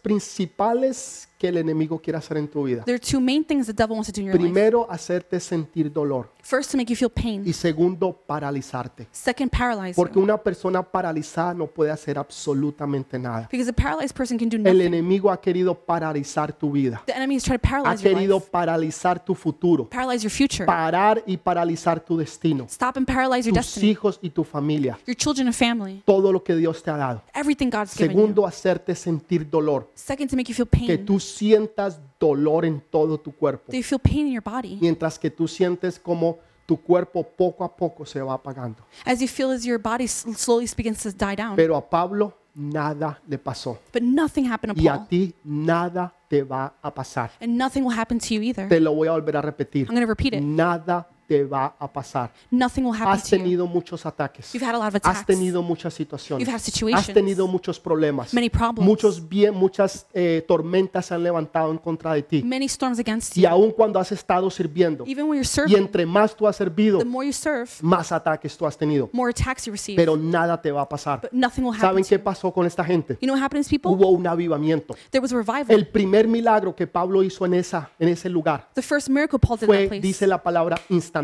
Speaker 1: principales que el enemigo quiere hacer en tu vida.
Speaker 2: There are two main things the devil wants to do in your life.
Speaker 1: Primero, hacerte sentir dolor.
Speaker 2: First, to make you feel
Speaker 1: Y
Speaker 2: pain.
Speaker 1: segundo, paralizarte.
Speaker 2: Second, paralyze
Speaker 1: Porque
Speaker 2: you.
Speaker 1: una persona paralizada no puede hacer absolutamente nada.
Speaker 2: Because a paralyzed person can do
Speaker 1: El
Speaker 2: nothing.
Speaker 1: enemigo ha querido paralizar tu vida.
Speaker 2: The enemy is trying to
Speaker 1: Ha
Speaker 2: paralyze your
Speaker 1: querido
Speaker 2: life,
Speaker 1: paralizar tu futuro.
Speaker 2: paralyze your future,
Speaker 1: parar y paralizar tu destino,
Speaker 2: stop and paralyze your
Speaker 1: tus
Speaker 2: destiny,
Speaker 1: hijos y tu familia,
Speaker 2: your children and family,
Speaker 1: todo lo que Dios te ha dado.
Speaker 2: everything God's given you.
Speaker 1: Segundo, hacerte sentir dolor,
Speaker 2: Second, to make you feel
Speaker 1: que
Speaker 2: pain.
Speaker 1: tú sientas dolor en todo tu cuerpo,
Speaker 2: Do you feel pain in your body?
Speaker 1: mientras que tú sientes como tu cuerpo poco a poco se va apagando.
Speaker 2: as you feel as your body s- slowly begins to die down.
Speaker 1: Pero a Pablo nada le pasó.
Speaker 2: But nothing happened to
Speaker 1: Y a
Speaker 2: Paul,
Speaker 1: ti nada te va a pasar.
Speaker 2: and nothing will happen to you either.
Speaker 1: Te lo voy a volver a repetir.
Speaker 2: I'm gonna repeat
Speaker 1: Mm.
Speaker 2: it.
Speaker 1: Nada te va a pasar.
Speaker 2: Nothing will happen
Speaker 1: Has
Speaker 2: to you.
Speaker 1: tenido muchos ataques.
Speaker 2: You've had a lot of
Speaker 1: Has
Speaker 2: attacks,
Speaker 1: tenido muchas situaciones.
Speaker 2: You've had situations.
Speaker 1: Has tenido muchos problemas.
Speaker 2: Many problems.
Speaker 1: Muchos bien, muchas eh, tormentas se han levantado en contra de ti.
Speaker 2: many storms against
Speaker 1: Y
Speaker 2: you.
Speaker 1: aun cuando has estado sirviendo,
Speaker 2: Even when you're
Speaker 1: y
Speaker 2: serving,
Speaker 1: entre más tú has servido,
Speaker 2: the more you serve,
Speaker 1: más ataques tú has tenido.
Speaker 2: more attacks you receive.
Speaker 1: Pero nada te va a pasar.
Speaker 2: But nothing will happen
Speaker 1: ¿Saben
Speaker 2: to
Speaker 1: qué
Speaker 2: you.
Speaker 1: pasó con esta gente?
Speaker 2: You know what happened to people?
Speaker 1: Hubo un avivamiento.
Speaker 2: There was a revival.
Speaker 1: El primer milagro que Pablo hizo en, esa, en ese lugar
Speaker 2: the first miracle Paul did in that
Speaker 1: fue,
Speaker 2: place
Speaker 1: dice la palabra, instantáneo,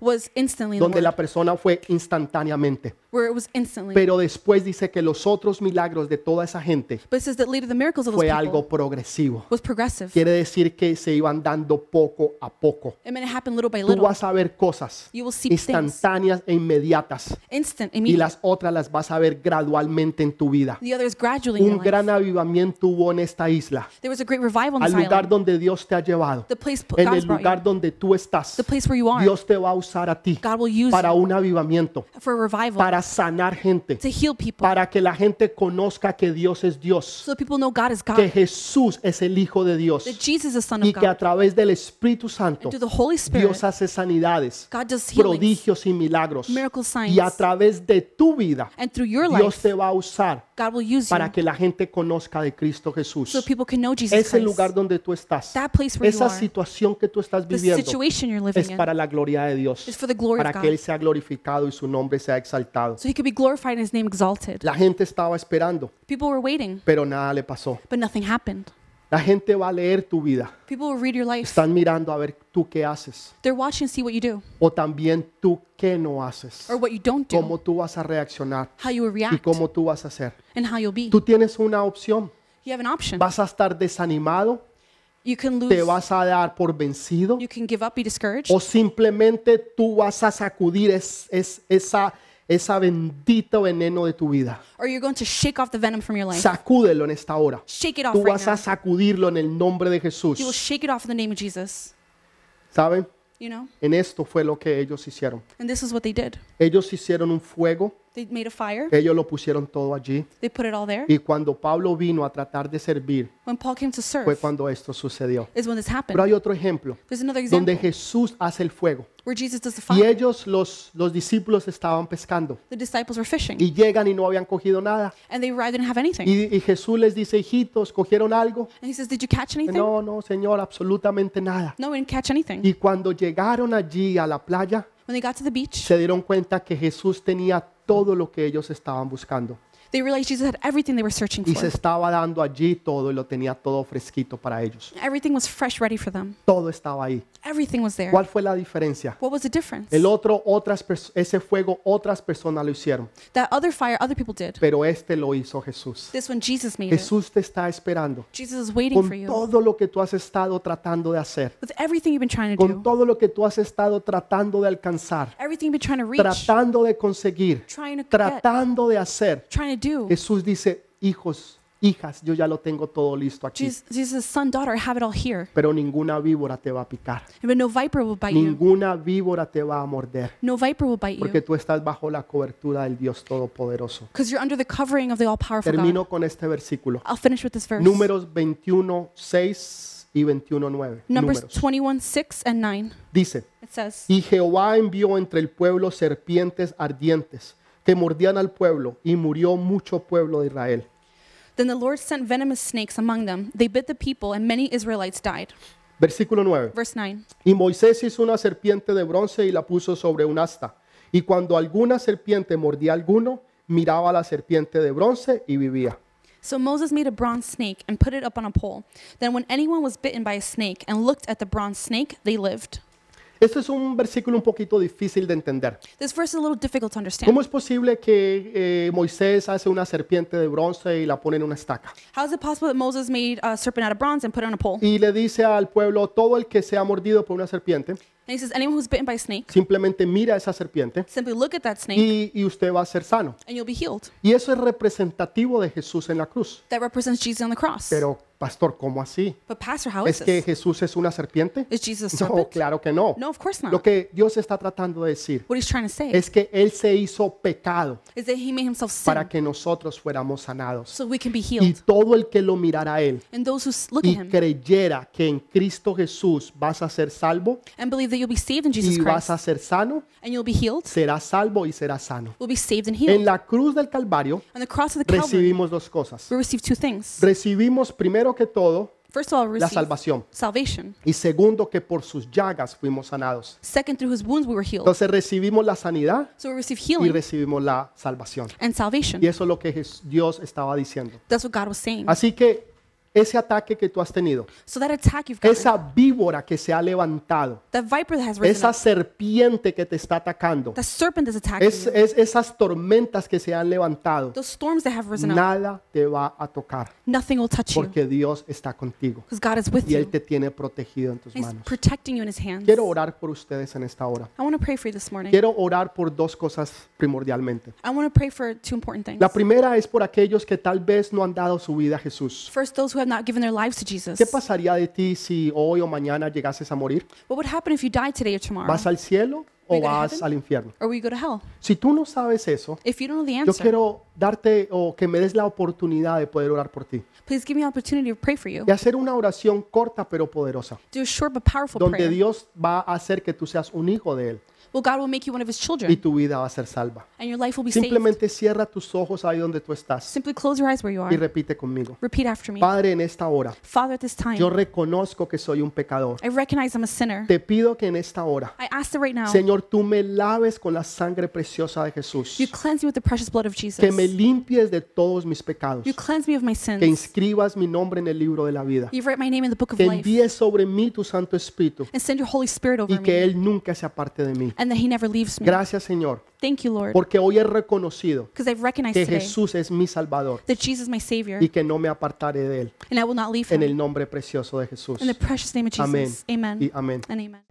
Speaker 2: was instantly, in the
Speaker 1: donde la
Speaker 2: word,
Speaker 1: persona fue instantáneamente.
Speaker 2: where it was instantly.
Speaker 1: Pero después dice que los otros milagros de toda esa gente
Speaker 2: but it says that later the miracles of those
Speaker 1: fue
Speaker 2: people
Speaker 1: algo progresivo.
Speaker 2: was progressive.
Speaker 1: Quiere decir que se iban dando poco a poco.
Speaker 2: I mean, it happened little by
Speaker 1: Tú
Speaker 2: little.
Speaker 1: vas a ver cosas
Speaker 2: you will see things
Speaker 1: instantáneas e inmediatas
Speaker 2: instant,
Speaker 1: y
Speaker 2: immediate.
Speaker 1: las otras las vas a ver gradualmente en tu vida.
Speaker 2: the others gradually. in
Speaker 1: Un
Speaker 2: your life.
Speaker 1: gran avivamiento hubo en esta isla,
Speaker 2: there was a great revival in
Speaker 1: al lugar
Speaker 2: Zion.
Speaker 1: donde Dios te ha llevado,
Speaker 2: The place p-
Speaker 1: en
Speaker 2: God's
Speaker 1: el
Speaker 2: brought
Speaker 1: lugar
Speaker 2: you.
Speaker 1: donde tú estás.
Speaker 2: The place where you are.
Speaker 1: Dios te va a usar a ti
Speaker 2: God will use
Speaker 1: para
Speaker 2: you
Speaker 1: un avivamiento,
Speaker 2: for a revival
Speaker 1: para sanar gente,
Speaker 2: to heal people
Speaker 1: para que la gente conozca que Dios es Dios,
Speaker 2: so that people know God is God.
Speaker 1: que Jesús es el Hijo de
Speaker 2: that
Speaker 1: Dios
Speaker 2: Jesus is the Son
Speaker 1: y
Speaker 2: of
Speaker 1: que a
Speaker 2: God.
Speaker 1: través del Espíritu Santo
Speaker 2: And through the Holy Spirit,
Speaker 1: Dios hace sanidades,
Speaker 2: God does healings.
Speaker 1: prodigios y milagros.
Speaker 2: miracle signs.
Speaker 1: Y a través de tu vida,
Speaker 2: And through your
Speaker 1: Dios
Speaker 2: life,
Speaker 1: te va a usar
Speaker 2: God will use you
Speaker 1: para que la gente conozca de Cristo
Speaker 2: so
Speaker 1: Jesús.
Speaker 2: people can know Jesus
Speaker 1: Ese
Speaker 2: Christ.
Speaker 1: lugar donde tú estás,
Speaker 2: That place where you
Speaker 1: esa
Speaker 2: are.
Speaker 1: situación que tú estás
Speaker 2: the
Speaker 1: viviendo,
Speaker 2: situation you're living
Speaker 1: es
Speaker 2: in.
Speaker 1: para la gloria de Dios,
Speaker 2: It's for the glory
Speaker 1: para
Speaker 2: of
Speaker 1: que
Speaker 2: God.
Speaker 1: Él sea glorificado y su nombre sea exaltado.
Speaker 2: So he could be glorified and his name exalted.
Speaker 1: La gente estaba esperando,
Speaker 2: People were waiting,
Speaker 1: pero nada le pasó.
Speaker 2: but nothing happened.
Speaker 1: La gente va a leer tu vida,
Speaker 2: People will read your life.
Speaker 1: están mirando a ver tú qué haces
Speaker 2: They're watching to see what you do
Speaker 1: o también tú qué no haces,
Speaker 2: or what you don't do,
Speaker 1: cómo tú vas a reaccionar
Speaker 2: how you will
Speaker 1: y
Speaker 2: react,
Speaker 1: cómo tú vas a hacer.
Speaker 2: and how you'll be.
Speaker 1: Tú tienes una opción,
Speaker 2: You have an option.
Speaker 1: vas a estar desanimado,
Speaker 2: You can
Speaker 1: te
Speaker 2: lose,
Speaker 1: vas a dar por vencido
Speaker 2: you can give up, be discouraged,
Speaker 1: o simplemente tú vas a sacudir es, es- esa, esa bendito veneno de tu vida.
Speaker 2: or you're going to shake off the venom from your life.
Speaker 1: Sacúdelo en esta hora.
Speaker 2: Shake it off
Speaker 1: Tú
Speaker 2: right
Speaker 1: vas a
Speaker 2: now.
Speaker 1: sacudirlo en el nombre de
Speaker 2: You will
Speaker 1: Jesús.
Speaker 2: shake it off in the name of Jesus.
Speaker 1: ¿Saben?
Speaker 2: You know?
Speaker 1: En esto fue lo que ellos hicieron.
Speaker 2: And this is what they did.
Speaker 1: Ellos hicieron un fuego,
Speaker 2: They made a fire,
Speaker 1: ellos lo pusieron todo allí.
Speaker 2: they put it all there.
Speaker 1: Y cuando Pablo vino a tratar de servir,
Speaker 2: When Paul came to
Speaker 1: fue
Speaker 2: serve,
Speaker 1: cuando esto sucedió.
Speaker 2: is when this
Speaker 1: Pero
Speaker 2: happened.
Speaker 1: hay otro ejemplo,
Speaker 2: There's another example
Speaker 1: donde Jesús hace el fuego.
Speaker 2: where Jesus does the
Speaker 1: Y
Speaker 2: fire.
Speaker 1: ellos, los, los discípulos, estaban pescando.
Speaker 2: The disciples were fishing,
Speaker 1: Y llegan y no habían cogido nada.
Speaker 2: and they arrived and didn't have anything.
Speaker 1: Y, y Jesús les dice, hijitos, ¿cogieron algo?
Speaker 2: And he says, Did you catch anything?
Speaker 1: No, no, Señor, absolutamente nada.
Speaker 2: No, we didn't catch anything.
Speaker 1: Y cuando llegaron allí a la playa,
Speaker 2: When they got to the beach,
Speaker 1: se dieron cuenta que Jesús tenía todo lo que ellos estaban buscando.
Speaker 2: they realized Jesus had everything they were searching
Speaker 1: Y se
Speaker 2: for.
Speaker 1: estaba dando allí todo y lo tenía todo fresquito para ellos.
Speaker 2: Everything was fresh, ready for them.
Speaker 1: Todo estaba ahí.
Speaker 2: Everything was there.
Speaker 1: ¿Cuál fue la diferencia?
Speaker 2: What was the difference?
Speaker 1: El otro, otras pers- ese fuego, otras personas lo hicieron,
Speaker 2: That other fire, other people did.
Speaker 1: pero este lo hizo Jesús.
Speaker 2: This one, Jesus made it.
Speaker 1: Jesús te está esperando
Speaker 2: Jesus is waiting for
Speaker 1: con
Speaker 2: you
Speaker 1: todo lo que tú has estado tratando de hacer,
Speaker 2: with everything you've been trying to
Speaker 1: con
Speaker 2: do,
Speaker 1: todo lo que tú has estado tratando de alcanzar,
Speaker 2: everything you've been trying to reach,
Speaker 1: tratando de conseguir,
Speaker 2: trying to get,
Speaker 1: tratando de hacer.
Speaker 2: trying to do.
Speaker 1: Jesús dice, hijos, hijas, yo ya lo tengo todo listo aquí,
Speaker 2: Jesus, Jesus' son, daughter, I have it all here.
Speaker 1: pero ninguna víbora te va a picar,
Speaker 2: But no viper will bite you.
Speaker 1: ninguna víbora te va a morder,
Speaker 2: No viper will bite
Speaker 1: porque
Speaker 2: you.
Speaker 1: tú estás bajo la cobertura del Dios Todopoderoso.
Speaker 2: Because you're under the covering of the all powerful God.
Speaker 1: Termino con este versículo.
Speaker 2: I'll finish with this verse.
Speaker 1: Números 21, 6 y 21, 9.
Speaker 2: Numbers
Speaker 1: Números.
Speaker 2: 21, 6 and 9.
Speaker 1: Dice,
Speaker 2: It says,
Speaker 1: y Jehová envió entre el pueblo serpientes ardientes que mordían al pueblo y murió mucho pueblo de Israel.
Speaker 2: Then the Lord sent venomous snakes among them. They bit the people, and many Israelites died.
Speaker 1: Versículo 9.
Speaker 2: Verse 9.
Speaker 1: Y Moisés hizo una serpiente de bronce y la puso sobre un asta. Y cuando alguna serpiente mordía a alguno, miraba a la serpiente de bronce y vivía.
Speaker 2: So Moses made a bronze snake and put it up on a pole. Then, when anyone was bitten by a snake and looked at the bronze snake, they lived.
Speaker 1: Este es un versículo un poquito difícil de entender.
Speaker 2: This verse is a little difficult to understand.
Speaker 1: ¿Cómo es posible que eh, Moisés hace una serpiente de bronce y la pone en una estaca?
Speaker 2: How is it possible that Moses made a serpent out of bronze and put it on a pole?
Speaker 1: Y le dice al pueblo, todo el que sea mordido por una serpiente
Speaker 2: And he says, anyone who's bitten by a snake,
Speaker 1: Simplemente mira a esa serpiente
Speaker 2: simply look at that snake
Speaker 1: y, y usted va a ser sano.
Speaker 2: and you'll be healed.
Speaker 1: Y eso es representativo de Jesús en la cruz.
Speaker 2: That represents Jesus on the cross.
Speaker 1: Pero, pastor, ¿cómo así?
Speaker 2: but pastor, how is
Speaker 1: ¿Es que
Speaker 2: this?
Speaker 1: Jesús es una serpiente?
Speaker 2: Is Jesus a
Speaker 1: No,
Speaker 2: serpent?
Speaker 1: claro que no.
Speaker 2: No, of course not.
Speaker 1: Lo que Dios está tratando de decir
Speaker 2: what he's trying to say
Speaker 1: es que Él se hizo pecado
Speaker 2: is that he made himself sin
Speaker 1: para que nosotros fuéramos sanados.
Speaker 2: so we can be
Speaker 1: Y
Speaker 2: healed.
Speaker 1: todo el que lo mirara a Él
Speaker 2: And those who s- look at
Speaker 1: y
Speaker 2: him
Speaker 1: creyera que en Cristo Jesús vas a ser salvo
Speaker 2: and believe that you'll be saved in Jesus
Speaker 1: y vas
Speaker 2: Christ
Speaker 1: a ser sano,
Speaker 2: and you'll be healed
Speaker 1: serás salvo y serás sano.
Speaker 2: will be saved and
Speaker 1: En
Speaker 2: healed.
Speaker 1: la cruz del Calvario
Speaker 2: On the cross of the Calvary,
Speaker 1: recibimos dos cosas.
Speaker 2: we receive two things.
Speaker 1: Recibimos primero que todo
Speaker 2: First of all, we
Speaker 1: la
Speaker 2: receive
Speaker 1: salvación
Speaker 2: salvation.
Speaker 1: y segundo que por sus llagas fuimos sanados.
Speaker 2: Second, through his wounds we were healed.
Speaker 1: Entonces recibimos la sanidad
Speaker 2: So we receive
Speaker 1: y
Speaker 2: healing
Speaker 1: recibimos la salvación.
Speaker 2: and
Speaker 1: Y
Speaker 2: salvation.
Speaker 1: eso es lo que Jes- Dios estaba diciendo.
Speaker 2: That's what God was saying.
Speaker 1: Así que ese ataque que tú has tenido,
Speaker 2: So that attack you've gotten,
Speaker 1: esa víbora que se ha levantado,
Speaker 2: that viper that has risen
Speaker 1: esa
Speaker 2: up,
Speaker 1: serpiente que te está atacando,
Speaker 2: that serpent that's attacking
Speaker 1: es,
Speaker 2: you,
Speaker 1: es- esas tormentas que se han levantado,
Speaker 2: those storms that have risen up,
Speaker 1: nada te va a tocar
Speaker 2: nothing will touch you
Speaker 1: porque Dios está contigo
Speaker 2: because God is with
Speaker 1: y Él
Speaker 2: you.
Speaker 1: te tiene protegido en tus
Speaker 2: He's
Speaker 1: manos.
Speaker 2: protecting you in his hands.
Speaker 1: Quiero orar por ustedes en esta hora.
Speaker 2: I want to pray for you this morning.
Speaker 1: Quiero orar por dos cosas primordialmente.
Speaker 2: I want to pray for two important things.
Speaker 1: La primera es por aquellos que tal vez no han dado su vida a Jesús.
Speaker 2: First, those who have not given their lives to Jesus.
Speaker 1: ¿Qué pasaría de ti si hoy o mañana llegases a morir?
Speaker 2: What would happen if you died today or tomorrow?
Speaker 1: ¿Vas al cielo o
Speaker 2: We go to
Speaker 1: vas
Speaker 2: heaven?
Speaker 1: al infierno?
Speaker 2: Or will you go to hell?
Speaker 1: Si tú no sabes eso,
Speaker 2: If you don't know the
Speaker 1: yo
Speaker 2: answer,
Speaker 1: quiero darte o que me des la oportunidad de poder orar por ti
Speaker 2: please give me an opportunity to pray for you.
Speaker 1: y hacer una oración corta pero poderosa,
Speaker 2: Do a short but powerful
Speaker 1: donde
Speaker 2: prayer.
Speaker 1: Dios va a hacer que tú seas un hijo de Él
Speaker 2: Well, God will make you one of his children,
Speaker 1: y tu vida va a ser salva.
Speaker 2: and your life will be saved.
Speaker 1: Simplemente cierra tus ojos ahí donde tú estás
Speaker 2: Simply close your eyes where you are.
Speaker 1: y repite conmigo.
Speaker 2: Repeat after me.
Speaker 1: Padre, en esta hora,
Speaker 2: Father, at this time,
Speaker 1: yo reconozco que soy un pecador.
Speaker 2: I recognize I'm a sinner.
Speaker 1: Te pido que en esta hora,
Speaker 2: I ask that right now,
Speaker 1: Señor, tú me laves con la sangre preciosa de Jesús.
Speaker 2: you cleanse me with the precious blood of Jesus.
Speaker 1: que me limpies de todos mis pecados,
Speaker 2: You cleanse me of my
Speaker 1: que
Speaker 2: sins.
Speaker 1: inscribas mi nombre en el libro de la vida,
Speaker 2: You write my name in the book of
Speaker 1: que
Speaker 2: life,
Speaker 1: envíes sobre mí tu Santo Espíritu
Speaker 2: and send your Holy Spirit
Speaker 1: y
Speaker 2: over
Speaker 1: que
Speaker 2: me,
Speaker 1: Él nunca se aparte de mí.
Speaker 2: and that he never leaves me.
Speaker 1: Gracias Señor,
Speaker 2: Thank you, Lord,
Speaker 1: porque hoy he reconocido
Speaker 2: because I've recognized
Speaker 1: que
Speaker 2: today
Speaker 1: Jesús es mi Salvador
Speaker 2: that Jesus is my Savior,
Speaker 1: y que no me apartaré de Él,
Speaker 2: and I will not leave
Speaker 1: en
Speaker 2: him.
Speaker 1: el nombre precioso de Jesús.
Speaker 2: In the precious name of
Speaker 1: Amén
Speaker 2: Jesus. Amen.
Speaker 1: y amén.
Speaker 2: And amen.